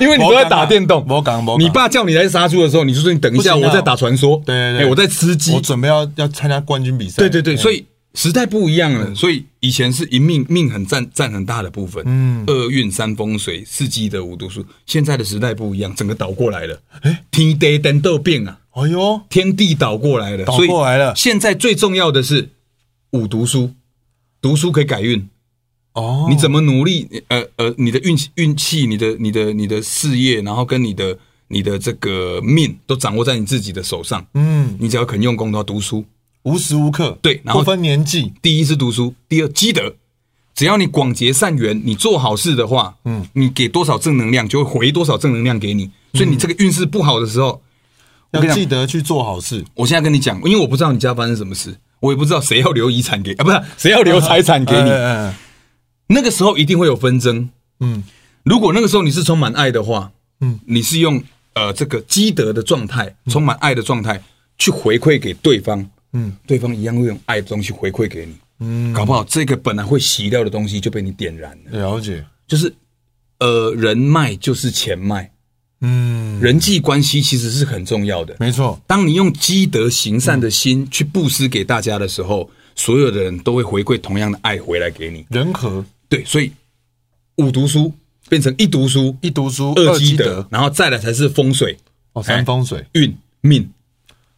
因为你都在打电动。我讲我你爸叫你来杀猪的时候，你就说你等一下，不行我啊在打传说，对对对哎我在吃鸡我，准备要要参加冠军比赛，对对对，所以时代不一样了，嗯所以以前是一命命很占占很大的部分，嗯，二运三风水四季的五读书，现在的时代不一样，整个倒过来了，天地等豆变啊，哎呦，天地倒过来了，倒过来了所以现在最重要的是五读书，读书可以改运。哦，你怎么努力？呃呃，你的运气、运气、你的、你的、你的事业，然后跟你的、你的这个命，都掌握在你自己的手上。嗯，你只要肯用功，都要读书。无时无刻对然后不分年纪，第一是读书，第二积德。只要你广结善缘，你做好事的话，嗯，你给多少正能量，就会回多少正能量给你。所以你这个运势不好的时候，要跟你讲记得去做好事。我现在跟你讲，因为我不知道你家发生什么事，我也不知道谁要留遗产给啊，不是谁要留财产给 <laughs> 你。哎哎哎那个时候一定会有纷争。嗯，如果那个时候你是充满爱的话，嗯，你是用呃这个积德的状态，充满爱的状态去回馈给对方，嗯，对方一样会用爱的东西回馈给你，嗯，搞不好这个本来会熄掉的东西就被你点燃了。了解，就是呃，人脉就是钱脉，嗯，人际关系其实是很重要的。没错，当你用积德行善的心去布施给大家的时候，所有的人都会回馈同样的爱回来给你。人和对，所以五读书变成一读书、一读书，二二积积德，，哎然后再来才是风水、哦，三风水，运、命，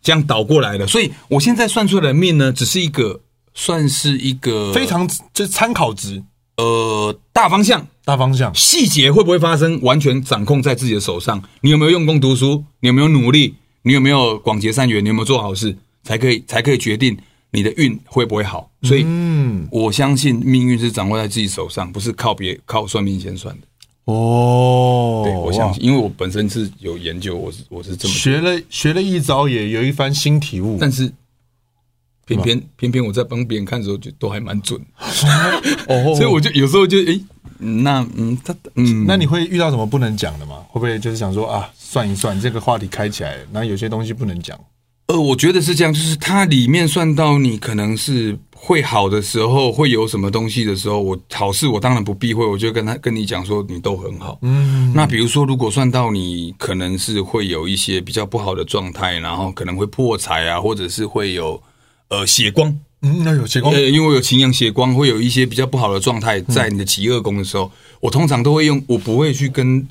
这样倒过来的。所以我现在算出来的命呢，只是一个算是一个非常这参考值呃大方向，大方向，细节会不会发生，完全掌控在自己的手上。你有没有用功读书？你有没有努力？你有没有广结善缘？你有没有做好事？才可以才可以决定你的运会不会好。所以，嗯，我相信命运是掌握在自己手上，不是靠别靠算命先算的。哦，对，我相哇信，因为我本身是有研究，我是我是这么，学了学了一招，也有一番新体悟。但是偏偏偏偏我在帮别人看的时候，就都还蛮准， <laughs> 哦 <laughs> 所以我就有时候就诶，嗯那嗯他嗯那你会遇到什么不能讲的吗？会不会就是想说啊，算一算，这个话题开起来了，那有些东西不能讲。呃，我觉得是这样，就是它里面算到你可能是会好的时候，会有什么东西的时候，我好事我当然不避讳，我就跟他跟你讲说你都很好。嗯，那比如说如果算到你可能是会有一些比较不好的状态，然后可能会破财啊，或者是会有呃血光，嗯，那有结果呃，因为我有擎羊血光，会有一些比较不好的状态，在你的极恶宫的时候，我通常都会用，我不会去跟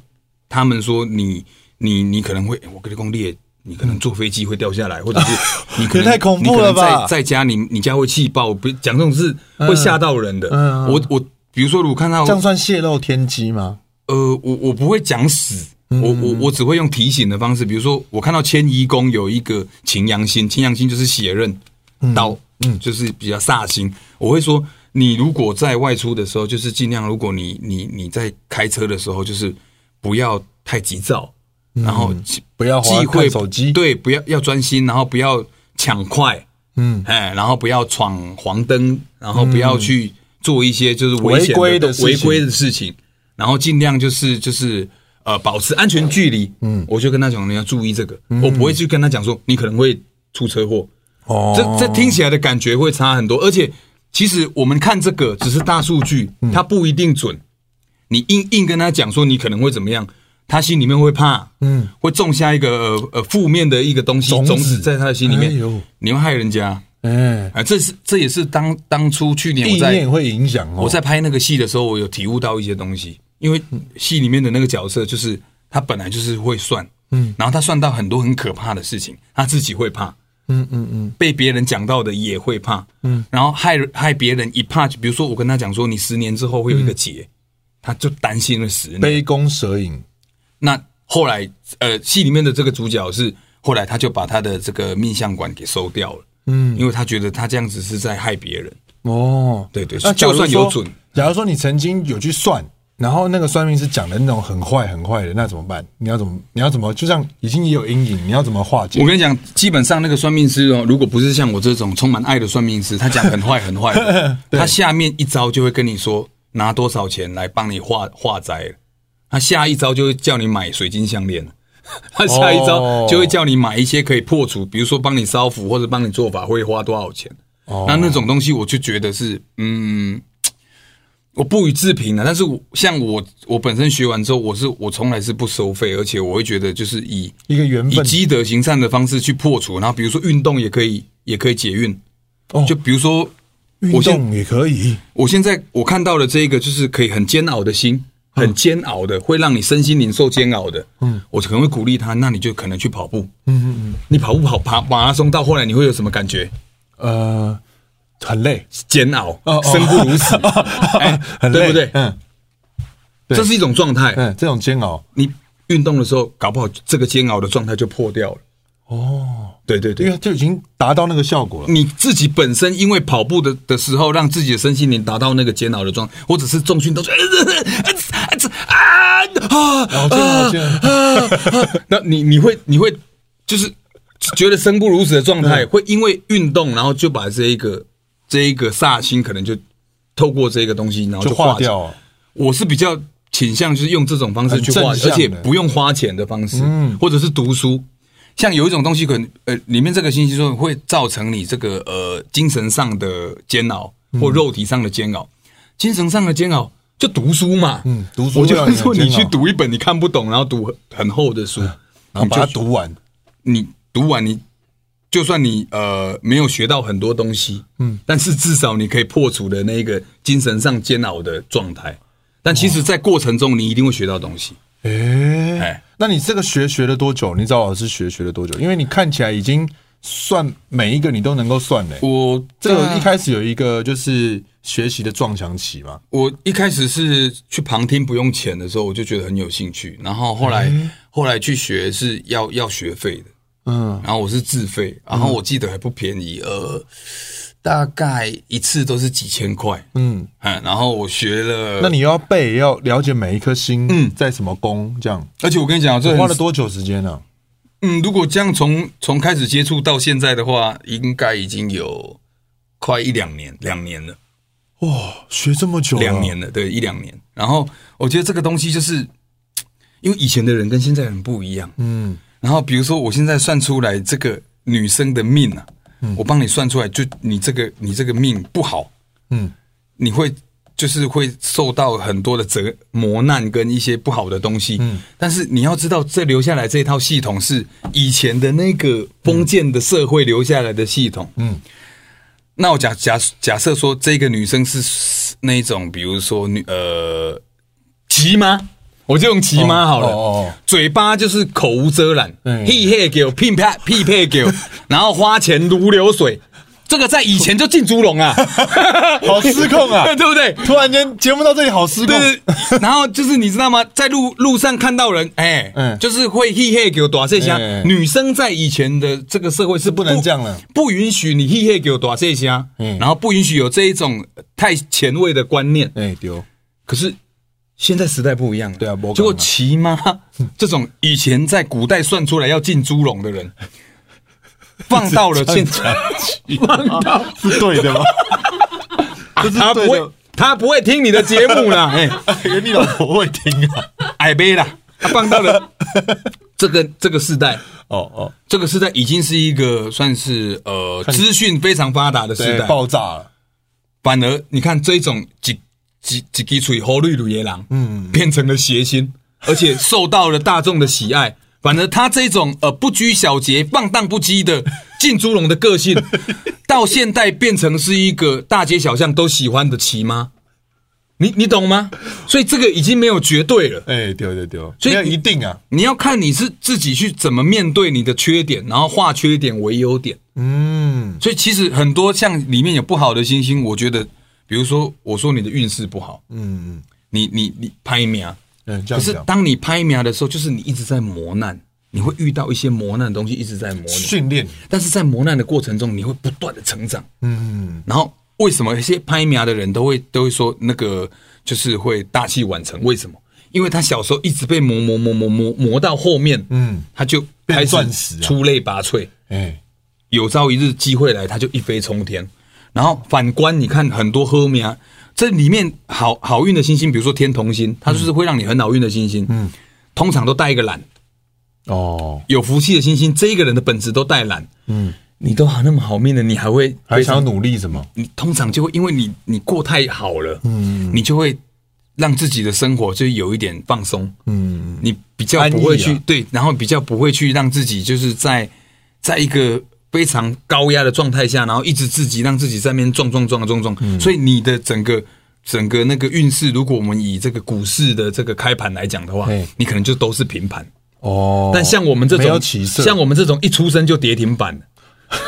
他们说你你你可能会，哎我跟你讲，你也你可能坐飞机会掉下来，或者是你可能啊也太恐怖了吧你可能在在家你你家会气爆，不讲这种事会吓到人的。嗯我我比如说，如果看到这样算泄露天机吗？呃，我我不会讲死，嗯我我我只会用提醒的方式，比如说我看到迁移宫有一个擎羊星，擎羊星就是血刃刀，嗯，就是比较煞星，我会说你如果在外出的时候，就是尽量，如果你你你在开车的时候，就是不要太急躁，然后忌嗯不要滑忌讳看手机对，不要要专心，然后不要抢快。嗯，哎，然后不要闯黄灯，然后不要去做一些就是危险违规的事情违规的事情，然后尽量就是就是呃保持安全距离。嗯，我就跟他讲你要注意这个，嗯我不会去跟他讲说你可能会出车祸。哦这这听起来的感觉会差很多，而且其实我们看这个只是大数据，嗯它不一定准。你硬硬跟他讲说你可能会怎么样，他心里面会怕，嗯，会种下一个呃呃负面的一个东西种子种子在他的心里面哎呦，你会害人家哎，啊！这是这也是当当初去年我意念在会影响哦。我在拍那个戏的时候，我有体悟到一些东西，因为戏里面的那个角色就是他本来就是会算，嗯，然后他算到很多很可怕的事情，他自己会怕，嗯嗯嗯，被别人讲到的也会怕，嗯，然后害害别人一怕，比如说我跟他讲说你十年之后会有一个结，他就担心了十年。杯弓蛇影，那后来呃，戏里面的这个主角是后来他就把他的这个命相馆给收掉了，嗯，因为他觉得他这样子是在害别人。哦，对对那就算有假如准说，假如说你曾经有去算，然后那个算命是讲的那种很坏很坏的，那怎么办？你要怎么？你要怎么？就像已经也有阴影，你要怎么化解我？跟你讲，基本上那个算命师哦，如果不是像我这种充满爱的算命师，他讲很坏很坏 <laughs> 的，他下面一招就会跟你说拿多少钱来帮你化化灾了，他下一招就会叫你买水晶项链了。 <laughs> 他下一招就会叫你买一些可以破除，比如说帮你烧符或者帮你做法会花多少钱。那那种东西我就觉得是，嗯，我不予置评啊的。但是我像我我本身学完之后，我是我从来是不收费，而且我会觉得就是以一个缘以分积德行善的方式去破除。然后比如说运动也可以，也可以解运。哦就比如说运我现动也可以，我现在我看到的这一个，就是可以很煎熬的心，嗯很煎熬的，会让你身心灵受煎熬的。嗯，我可能会鼓励他，那你就可能去跑步。嗯嗯嗯，你跑步跑跑马拉松到后来，你会有什么感觉？呃，很累，煎熬哦，生不 <laughs> 如死， <laughs> 哎很累，对不对？嗯这是一种状态。嗯，这种煎熬，你运动的时候，搞不好这个煎熬的状态就破掉了。哦，对对对因，为就已经达到那个效果了。你自己本身因为跑步的的时候，让自己的身心灵达到那个煎熬的状态，或者是重训都是啊啊啊啊！那你你会你会就是觉得生不如死的状态，会因为运动，然后就把这一个这一个煞星可能就透过这个东西，然后就化化掉了。我是比较倾向就是用这种方式去化，很正向的嗯而且不用花钱的方式，或者是读书。像有一种东西，可能呃，里面这个信息说会造成你这个呃精神上的煎熬嗯或肉体上的煎熬，精神上的煎熬就读书嘛，嗯读书我会就让你很说你煎去熬嗯读一本你看不懂，然后读很很厚的书，然后把它你就读完，你读完你。就算你呃没有学到很多东西，嗯，但是至少你可以破除的那个精神上煎熬的状态。但其实，在过程中你一定会学到东西。诶，哎那你这个学学了多久？你找老师学学了多久？因为你看起来已经算每一个你都能够算嘞。我这个一开始有一个就是学习的撞墙期嘛，我一开始是去旁听不用钱的时候，我就觉得很有兴趣。然后后来、后来去学是要要学费的，嗯，然后我是自费，然后我记得还不便宜，呃，大概一次都是几千块，嗯，嗯，然后我学了，那你又要背，要了解每一颗星，嗯，在什么宫这样，而且我跟你讲，这很花了多久时间啊呢、嗯，如果这样从从开始接触到现在的话，应该已经有快一两年，两年了。学这么久了两，年了，对，一两年。然后我觉得这个东西就是，因为以前的人跟现在人不一样，嗯。然后比如说我现在算出来这个女生的命啊，我帮你算出来，就你这个你这个命不好，嗯，你会就是会受到很多的折磨难跟一些不好的东西，嗯。但是你要知道，这留下来这套系统是以前的那个封建的社会留下来的系统，嗯那我假假假设说，这个女生是那一种，比如说女呃骑妈，我就用骑妈好了。哦哦哦嘴巴就是口无遮拦，嗯屁嘿给我屁啪屁配 <laughs> 给我，然后花钱如流水。这个在以前就进猪笼啊， <laughs> 好失控啊！ <laughs> 对不对？突然间节目到这里好失控，对对，然后就是你知道吗？在路路上看到人，哎、嗯就是会嘿嘿给我打这些。嗯女生在以前的这个社会是不能这样了，不允许你嘿嘿给我打这些，嗯然后不允许有这一种太前卫的观念。哎丢，可是现在时代不一样了，对啊不一样了结果骑妈这种以前在古代算出来要进猪笼 <laughs> 的人，放到了现在，哦是对的吗？这是他不对会 <laughs> 的，，他不会听你的节 <laughs> 目啦，哎、连你老婆会听啊！矮杯啦，他放到了 <laughs> 这个这个时代，哦哦，这个时代已经是一个算是呃资讯非常发达的时对代，爆炸了，反而你看这种几几几滴水红绿绿野狼，嗯，变成了谐星，而且受到了大众的喜爱。反而他这种呃不拘小节、放荡不羁的进猪笼的 <laughs> 个性，到现代变成是一个大街小巷都喜欢的骑妈。你你懂吗？所以这个已经没有绝对了，哎，对对对，所以没有一定啊，你要看你是自己去怎么面对你的缺点，然后化缺点为优点。嗯，所以其实很多像里面有不好的星星，我觉得，比如说我说你的运势不好，嗯嗯，你你你拍苗，嗯，这可样是讲，当你拍苗的时候，就是你一直在磨难，你会遇到一些磨难的东西一直在磨你，训练，但是在磨难的过程中，你会不断的成长。嗯，然后为什么一些拍啊苗的人都会都会说那个就是会大器晚成？为什么？因为他小时候一直被磨磨磨磨磨磨到后面，嗯嗯，他就开变钻始石啊出类拔萃。哎，有朝一日机会来，他就一飞冲天。然后反观你看很多喝名，啊这里面好好运的星星，比如说天同星，它就是会让你很好运的星星。嗯，通常都带一个懒，哦，有福气的星星，这一个人的本质都带懒。嗯，你都好那么好命了，你还会还想要努力什么？你通常就会因为你你过太好了，嗯，你就会让自己的生活就有一点放松，嗯，你比较不会去、安逸啊对，然后比较不会去让自己就是在在一个非常高压的状态下，然后一直自己让自己在那边撞撞撞撞撞，嗯所以你的整个。整个那个运势，如果我们以这个股市的这个开盘来讲的话嘿，你可能就都是平盘。哦，但像我们这没有种，起色，像我们这种一出生就跌 <laughs> 停板， <laughs>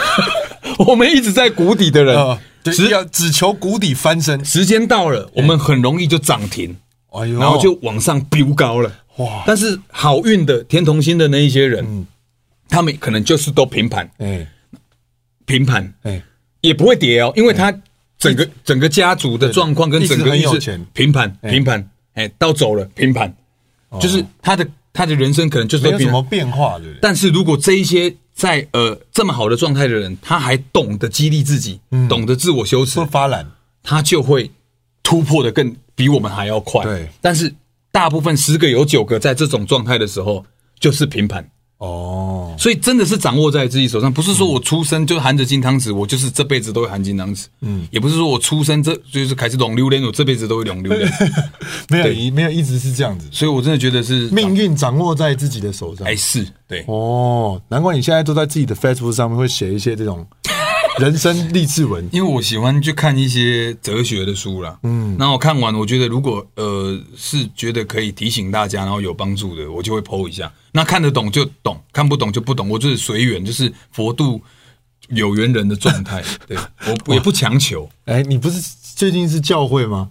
我们一直在谷底的人呃，，只只要只求谷底翻身，时间到了，我们很容易就涨停，哎呦，然后就往上飙高了。哇哇！嗯但是好运的天同星的那一些人，他们可能就是都平盘，哎平盘哎，也不会跌哦，因为他整个整个家族的状况跟一直整个很有运势钱平盘平盘，哎，到走了平盘，就是他的他的人生可能就是哦没都有平什么盘。变化，对不对？但是如果这一些在呃这么好的状态的人，他还懂得激励自己，嗯懂得自我修饰不，发懒，它就会突破的更比我们还要快。对但是大部分十个有九个在这种状态的时候就是平盘，哦，所以真的是掌握在自己手上，不是说我出生就含着金汤匙，我就是这辈子都会含金汤匙。嗯，也不是说我出生这就是开始懂榴莲，我这辈子都会懂 <laughs> 榴莲。没有对一没有一直是这样子，所以我真的觉得是命运掌握在自己的手上哎。是对。哦，难怪你现在都在自己的 Facebook 上面会写一些这种人生励志 <laughs> 文。因为我喜欢去看一些哲学的书啦，嗯，那我看完，我觉得如果呃是觉得可以提醒大家，然后有帮助的，我就会剖一下。那看得懂就懂，看不懂就不懂，我就是随缘，就是佛度有缘人的状态。对我我也不强求哎，你不是最近是教会吗？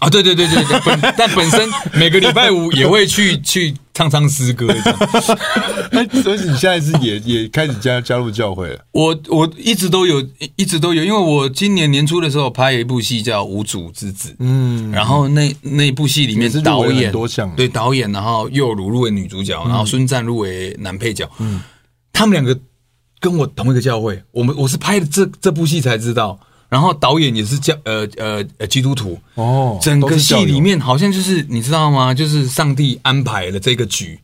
啊，对对对对，对本 <laughs> 但本身每个礼拜五也会去去唱唱诗歌这样。哎，所以你现在是也也开始加加入教会了。我我一直都有，一直都有，因为我今年年初的时候拍一部戏叫《无主之子》，嗯，然后那那部戏里面也是入围导演很多项嗯对导演，然后又鲁入围女主角，然后孙战入围男配角，嗯，他们两个跟我同一个教会，我们我是拍的这这部戏才知道，然后导演也是教呃呃呃基督徒，哦整都个是教戏友里面好像就是你知道吗？就是上帝安排了这个局，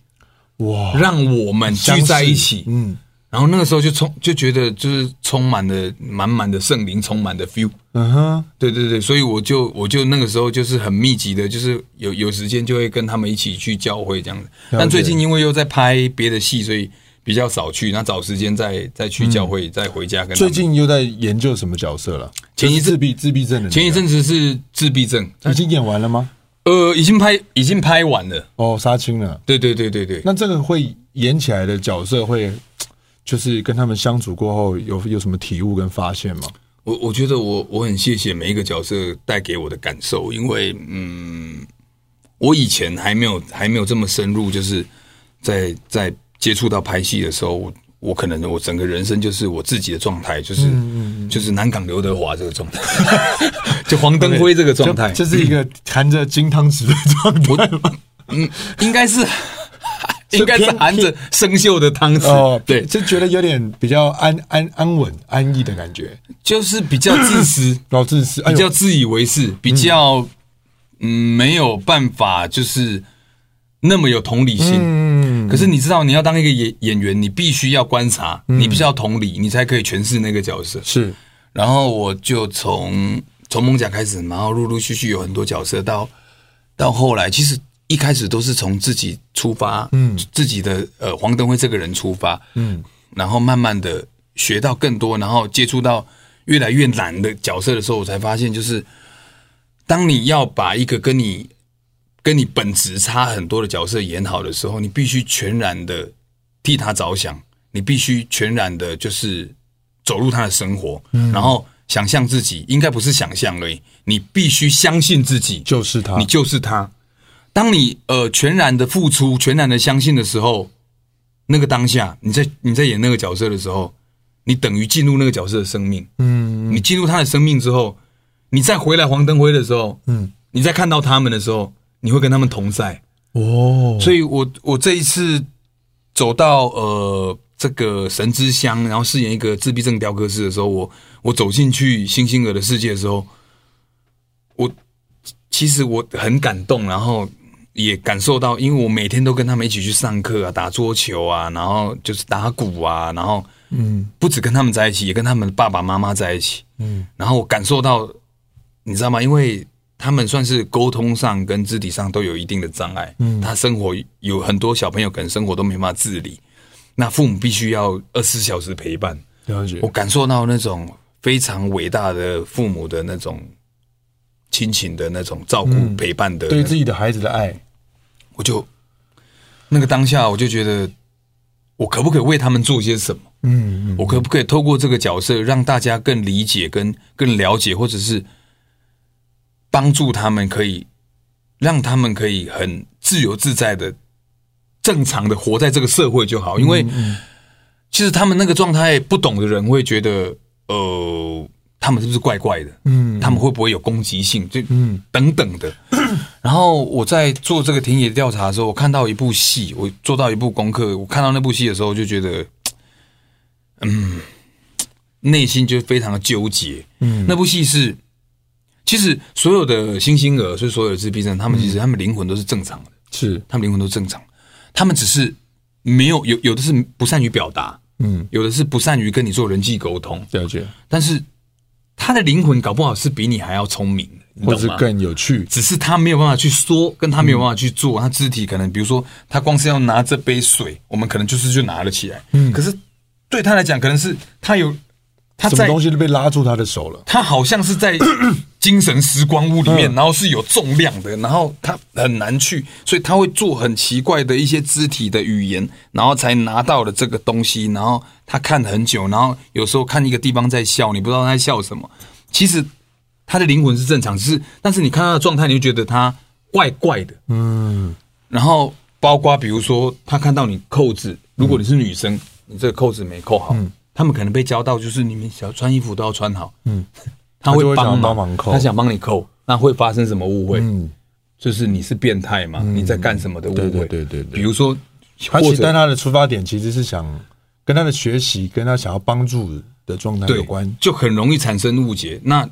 哇，让我们聚在一起，嗯，然后那个时候就充就觉得就是充满了满满的圣灵，充满的 feel。嗯哼，对对对，所以我就我就那个时候就是很密集的，就是有有时间就会跟他们一起去教会这样子。但最近因为又在拍别的戏，所以比较少去，那找时间再再去教会，再回家跟他嗯最们。近又在研究什么角色了？前一就是自闭自闭症的那个，前一阵子是自闭症，已经演完了吗？呃，已经拍已经拍完了。哦，杀青了。对对对对对，那这个会演起来的角色会，就是跟他们相处过后有有什么体悟跟发现吗？我我觉得我我很谢谢每一个角色带给我的感受，因为嗯，我以前还没有还没有这么深入，就是在在接触到拍戏的时候，我我可能我整个人生就是我自己的状态，就是、就是南港刘德华这个状态， <laughs> 就黄登辉这个状态，嗯这是一个含着金汤匙的状态。我嗯应该是应该是含着生锈的汤匙， <laughs> 哦， <laughs> 对，就觉得有点比较安安安稳、安逸的感觉。就是比较自私。然后这是哎比较呦，自以为是，比较嗯没有办法，就是那么有同理心。嗯，可是你知道，你要当一个演演员，你必须要观察，嗯你必须要同理，你才可以诠释那个角色。是然后我就从从蒙甲开始，然后陆陆续续有很多角色，到到后来，其实一开始都是从自己出发，嗯，自己的呃黄登辉这个人出发，嗯，然后慢慢的学到更多，然后接触到越来越难的角色的时候，我才发现就是当你要把一个跟你跟你本质差很多的角色演好的时候，你必须全然的替他着想，你必须全然的就是走入他的生活，然后想象自己，应该不是想象而已，你必须相信自己，就是他你，就是他。当你呃全然的付出、全然的相信的时候，那个当下，你在你在演那个角色的时候，你等于进入那个角色的生命。嗯，你进入他的生命之后，你再回来黄灯辉的时候，嗯，你再看到他们的时候，你会跟他们同在。哦，所以我我这一次走到呃这个神之乡，然后饰演一个自闭症雕刻师的时候，我我走进去星星儿的世界的时候，我其实我很感动，然后也感受到，因为我每天都跟他们一起去上课啊，打桌球啊，然后就是打鼓啊，然后嗯，不止跟他们在一起，也跟他们的爸爸妈妈在一起，嗯，然后我感受到，你知道吗？因为他们算是沟通上跟肢体上都有一定的障碍，嗯，他生活有很多小朋友可能生活都没办法自理，那父母必须要二十四小时陪伴，了解我感受到那种非常伟大的父母的那种亲情的那种照顾、陪伴的那种，对自己的孩子的爱，我就那个当下，我就觉得我可不可以为他们做些什么？嗯，我可不可以透过这个角色让大家更理解、跟更了解，或者是帮助他们，可以让他们可以很自由自在的、正常的活在这个社会就好。因为其实他们那个状态，不懂的人会觉得，呃，他们是不是怪怪的？嗯，他们会不会有攻击性？就嗯等等 <clears throat> 的。然后我在做这个田野调查的时候，我看到一部戏，我做到一部功课，我看到那部戏的时候，就觉得。内心就非常的纠结。嗯，那部戏是，其实所有的星星儿，所以所有的自闭症，他们嗯其实他们灵魂都是正常的，是他们灵魂都正常，他们只是没有有有的是不善于表达，嗯，有的是不善于跟你做人际沟通，了解，但是他的灵魂搞不好是比你还要聪明的，你或懂是吗？更有趣，只是他没有办法去说，跟他没有办法去做，他肢体可能，比如说他光是要拿这杯水，我们可能就是就拿了起来，嗯，可是对他来讲，可能是他有他什么在东西都被拉住他的手了，他好像是在精神时光屋里面，然后是有重量的，然后他很难去，所以他会做很奇怪的一些肢体的语言，然后才拿到了这个东西。然后他看很久，然后有时候看一个地方在笑，你不知道他在笑什么。其实他的灵魂是正常，只是但是你看他的状态，你就觉得他怪怪的。嗯，然后包括比如说他看到你扣子，如果你是女嗯生，你这个扣子没扣好，他们可能被教到就是你们小穿衣服都要穿好。嗯。 <laughs> 他他就会会想帮帮忙扣嗯他想帮你扣，那会发生什么误会？就是你是变态嘛？你在干什么的误会？对对对对对比如说，他或其实但者他的出发点其实是想跟他的学习，跟他想要帮助的状态对有关，就很容易产生误解。那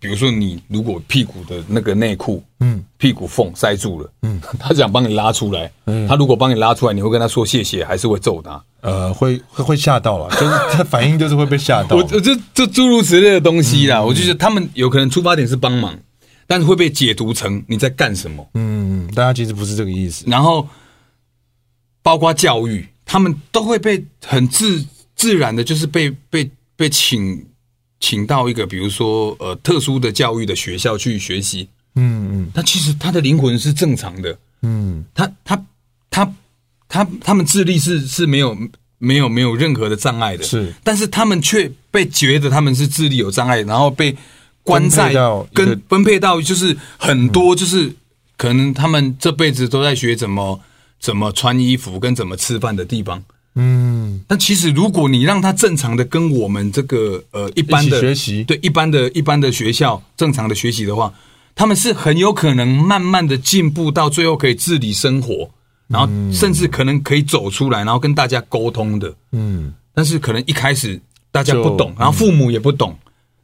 比如说，你如果屁股的那个内裤，嗯，屁股缝塞住了，嗯， <laughs> 他想帮你拉出来，嗯他如果帮你拉出来，你会跟他说谢谢，还是会揍他？呃，会会会吓到 <laughs> 了，就是他反应就是会被吓到我，我就就诸如此类的东西啦，我就觉得他们有可能出发点是帮忙，但是会被解读成你在干什么。嗯，但他其实不是这个意思，然后包括教育，他们都会被很自自然的，就是被被被请请到一个比如说呃特殊的教育的学校去学习。嗯嗯他其实他的灵魂是正常的，嗯，他他他他他们智力是是没有没有没有任何的障碍的，是但是他们却被觉得他们是智力有障碍，然后被关分在配到一个跟分配到就是很多就是可能他们这辈子都在学怎么怎么穿衣服跟怎么吃饭的地方。嗯，但其实，如果你让他正常的跟我们这个呃一般的一起学习对一般的一般的学校正常的学习的话，他们是很有可能慢慢的进步到最后可以自理生活，然后甚至可能可以走出来，然后跟大家沟通的。嗯，但是可能一开始大家不懂就，然后父母也不懂，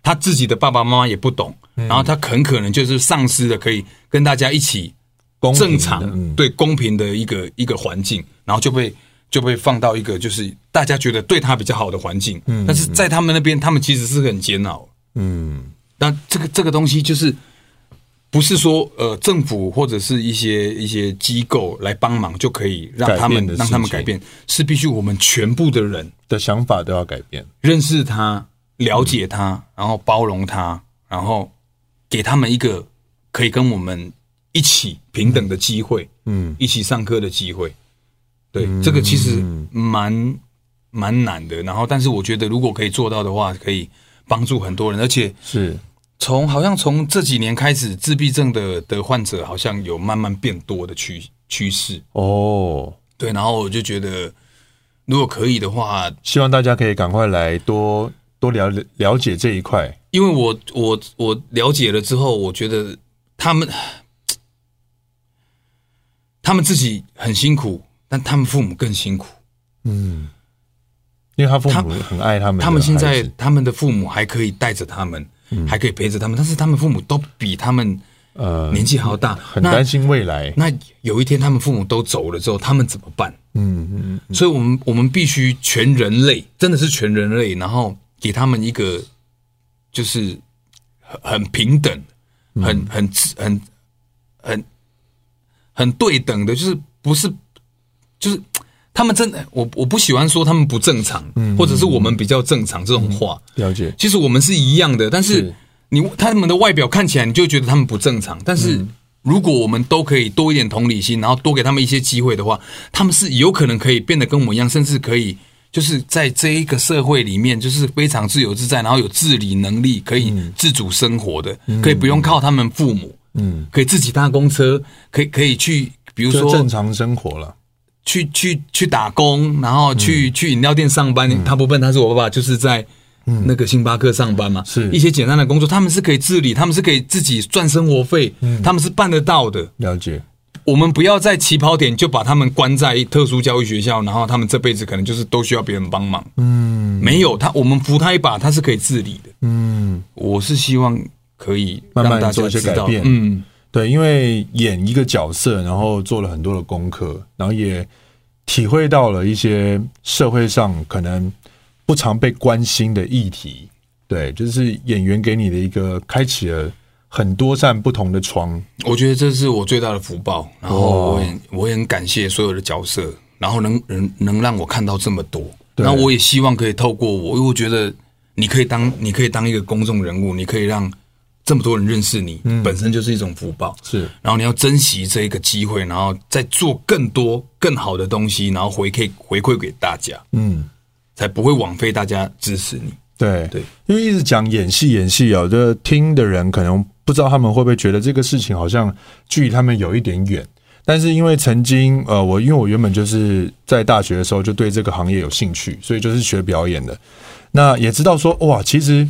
他自己的爸爸妈妈也不懂，嗯然后他很可能就是丧失了可以跟大家一起公平的正常、嗯对公平的一个一个环境，然后就被就被放到一个就是大家觉得对他比较好的环境，但是在他们那边，他们其实是很煎熬。嗯，那这个这个东西就是不是说呃政府或者是一些一些机构来帮忙就可以让改他们变的事让他们情改变，是必须我们全部的人的想法都要改变，认识他、了解他，然后包容他，然后给他们一个可以跟我们一起平等的机会，嗯，一起上课的机会。对，这个其实蛮蛮难的。然后，但是我觉得如果可以做到的话，可以帮助很多人。而且是从好像从这几年开始，自闭症的的患者好像有慢慢变多的趋趋势。哦，对，然后我就觉得，如果可以的话，希望大家可以赶快来多多了了解这一块。因为我我我了解了之后，我觉得他们 <sighs> 他们自己很辛苦，但他们父母更辛苦。因为他父母很爱他们的孩子，嗯他们现在他们的父母还可以带着他们，还可以陪着他们，但是他们父母都比他们呃年纪还要大，很那担心未来。那有一天他们父母都走了之后，他们怎么办？嗯嗯，所以我们我们必须全人类，真的是全人类，然后给他们一个就是很很平等、很很很很很对等的，就是不是就是他们真的，我我不喜欢说他们不正常，或者是我们比较正常这种话。了解，其实我们是一样的，但是是你他们的外表看起来，你就觉得他们不正常。但是如果我们都可以多一点同理心，然后多给他们一些机会的话，他们是有可能可以变得跟我们一样，甚至可以就是在这一个社会里面，就是非常自由自在，然后有自理能力，可以自主生活的，可以不用靠他们父母，嗯，可以自己搭公车，可以可以去。比如就说，正常生活了。去去去打工，然后去、嗯去饮料店上班。他不笨，他是我爸爸，就是在那个星巴克上班嘛。嗯是一些简单的工作，他们是可以自理，他们是可以自己赚生活费，嗯他们是办得到的。了解，我们不要在起跑点就把他们关在特殊教育学校，然后他们这辈子可能就是都需要别人帮忙。嗯，没有他，我们扶他一把，他是可以自理的。嗯，我是希望可以慢慢让大家做一些知道改变嗯，对，因为演一个角色，然后做了很多的功课，然后也体会到了一些社会上可能不常被关心的议题。对，就是演员给你的一个开启了很多扇不同的窗。我觉得这是我最大的福报，然后我也、我也很感谢所有的角色，然后能能能让我看到这么多，对那我也希望可以透过我，因为我觉得你可以当你可以当一个公众人物，你可以让这么多人认识你，嗯本身就是一种福报。是然后你要珍惜这一个机会，然后再做更多更好的东西，然后回馈回馈给大家，嗯，才不会枉费大家支持你。对对，因为一直讲演戏演戏哦，这听的人可能不知道他们会不会觉得这个事情好像距离他们有一点远。但是因为曾经，呃，我因为我原本就是在大学的时候就对这个行业有兴趣，所以就是学表演的。那也知道说，哇，其实，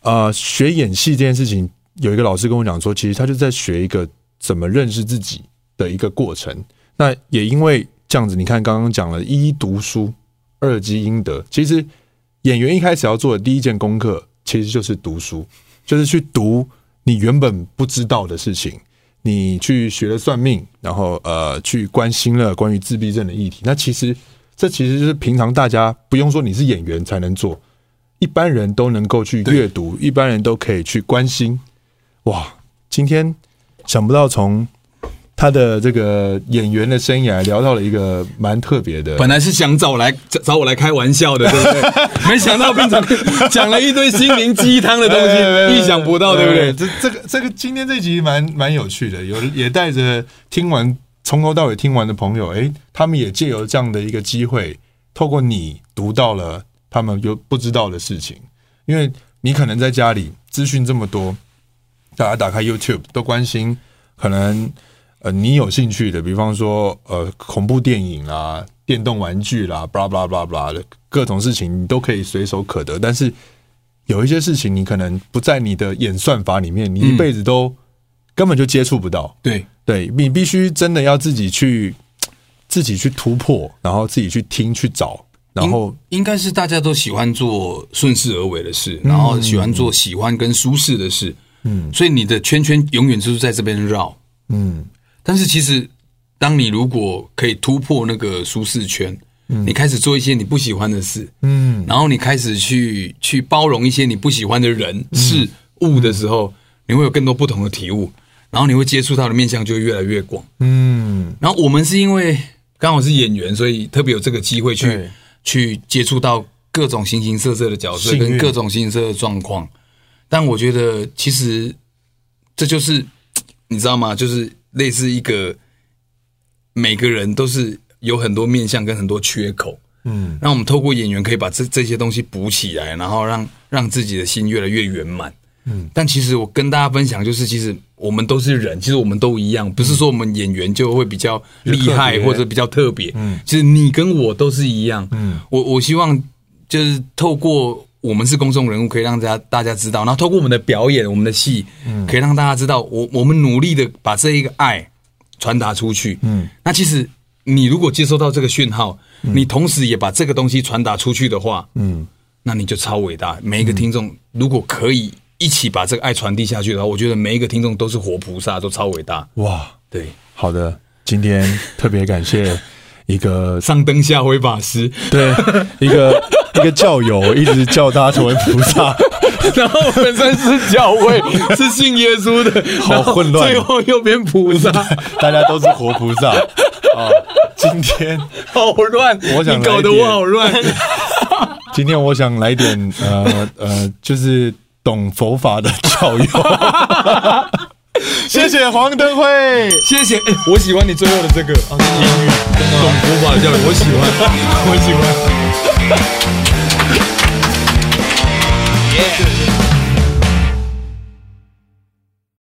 呃，学演戏这件事情，有一个老师跟我讲说，其实他就在学一个怎么认识自己的一个过程。那也因为这样子，你看刚刚讲了一读书，二积阴德，其实演员一开始要做的第一件功课，其实就是读书，就是去读你原本不知道的事情。你去学了算命，然后呃，去关心了关于自闭症的议题。那其实这其实就是平常大家不用说你是演员才能做，一般人都能够去阅读，一般人都可以去关心。哇，今天想不到从他的这个演员的生涯聊到了一个蛮特别的，本来是想找我来找找我来开玩笑的，对不 <laughs> 对？没想到变成讲了一堆心灵鸡汤的东西，意想不到，对不对？哎这这个这个今天这集蛮蛮有趣的，有也带着听完从头到尾听完的朋友，诶，他们也借由这样的一个机会，透过你读到了他们有不知道的事情，因为你可能在家里资讯这么多，大家打开 YouTube 都关心，可能呃你有兴趣的，比方说呃恐怖电影啦、电动玩具啦、blah blah blah blah 的各种事情，你都可以随手可得。但是有一些事情，你可能不在你的演算法里面，你一辈子都根本就接触不到。对，对你必须真的要自己去自己去突破，然后自己去听去找，然后应该是大家都喜欢做顺势而为的事，嗯然后喜欢做喜欢跟舒适的事，嗯，所以你的圈圈永远就是在这边绕，嗯，但是其实当你如果可以突破那个舒适圈，你开始做一些你不喜欢的事，嗯，然后你开始去去包容一些你不喜欢的人、事嗯物的时候，你会有更多不同的体悟，然后你会接触到的面向就会越来越广。嗯，然后我们是因为刚好是演员，所以特别有这个机会去对去接触到各种形形色色的角色幸运跟各种形形色色的状况。但我觉得其实这就是嘖你知道吗？就是类似一个每个人都是有很多面相跟很多缺口，嗯，让我们透过演员可以把这这些东西补起来，然后让让自己的心越来越圆满。嗯，但其实我跟大家分享，就是其实我们都是人，其实我们都一样，不是说我们演员就会比较厉害特别或者比较特别。嗯，其实你跟我都是一样。嗯，我我希望就是透过我们是公众人物，可以让大家大家知道，然后透过我们的表演、我们的戏，可以让大家知道，我我们努力的把这一个爱传达出去。嗯，那其实你如果接收到这个讯号，你同时也把这个东西传达出去的话，嗯，那你就超伟大。每一个听众如果可以一起把这个爱传递下去的话，我觉得每一个听众都是活菩萨，都超伟大。哇，对，好的，今天特别感谢一个 <laughs> 上灯下灰法师，对一个一个教友一直叫大家成为菩萨， <laughs> <laughs> 然后本身是教会，是信耶稣的，好混乱然后最后又变菩萨，大家都是活菩萨啊。今天好乱，我想来一点你搞得我好乱。今天我想来点呃呃，就是懂佛法的 <laughs> 教友。谢谢黄登辉。谢谢，哎、我喜欢你最后的这个英语，懂佛法教育，我喜欢，我喜欢。Yeah.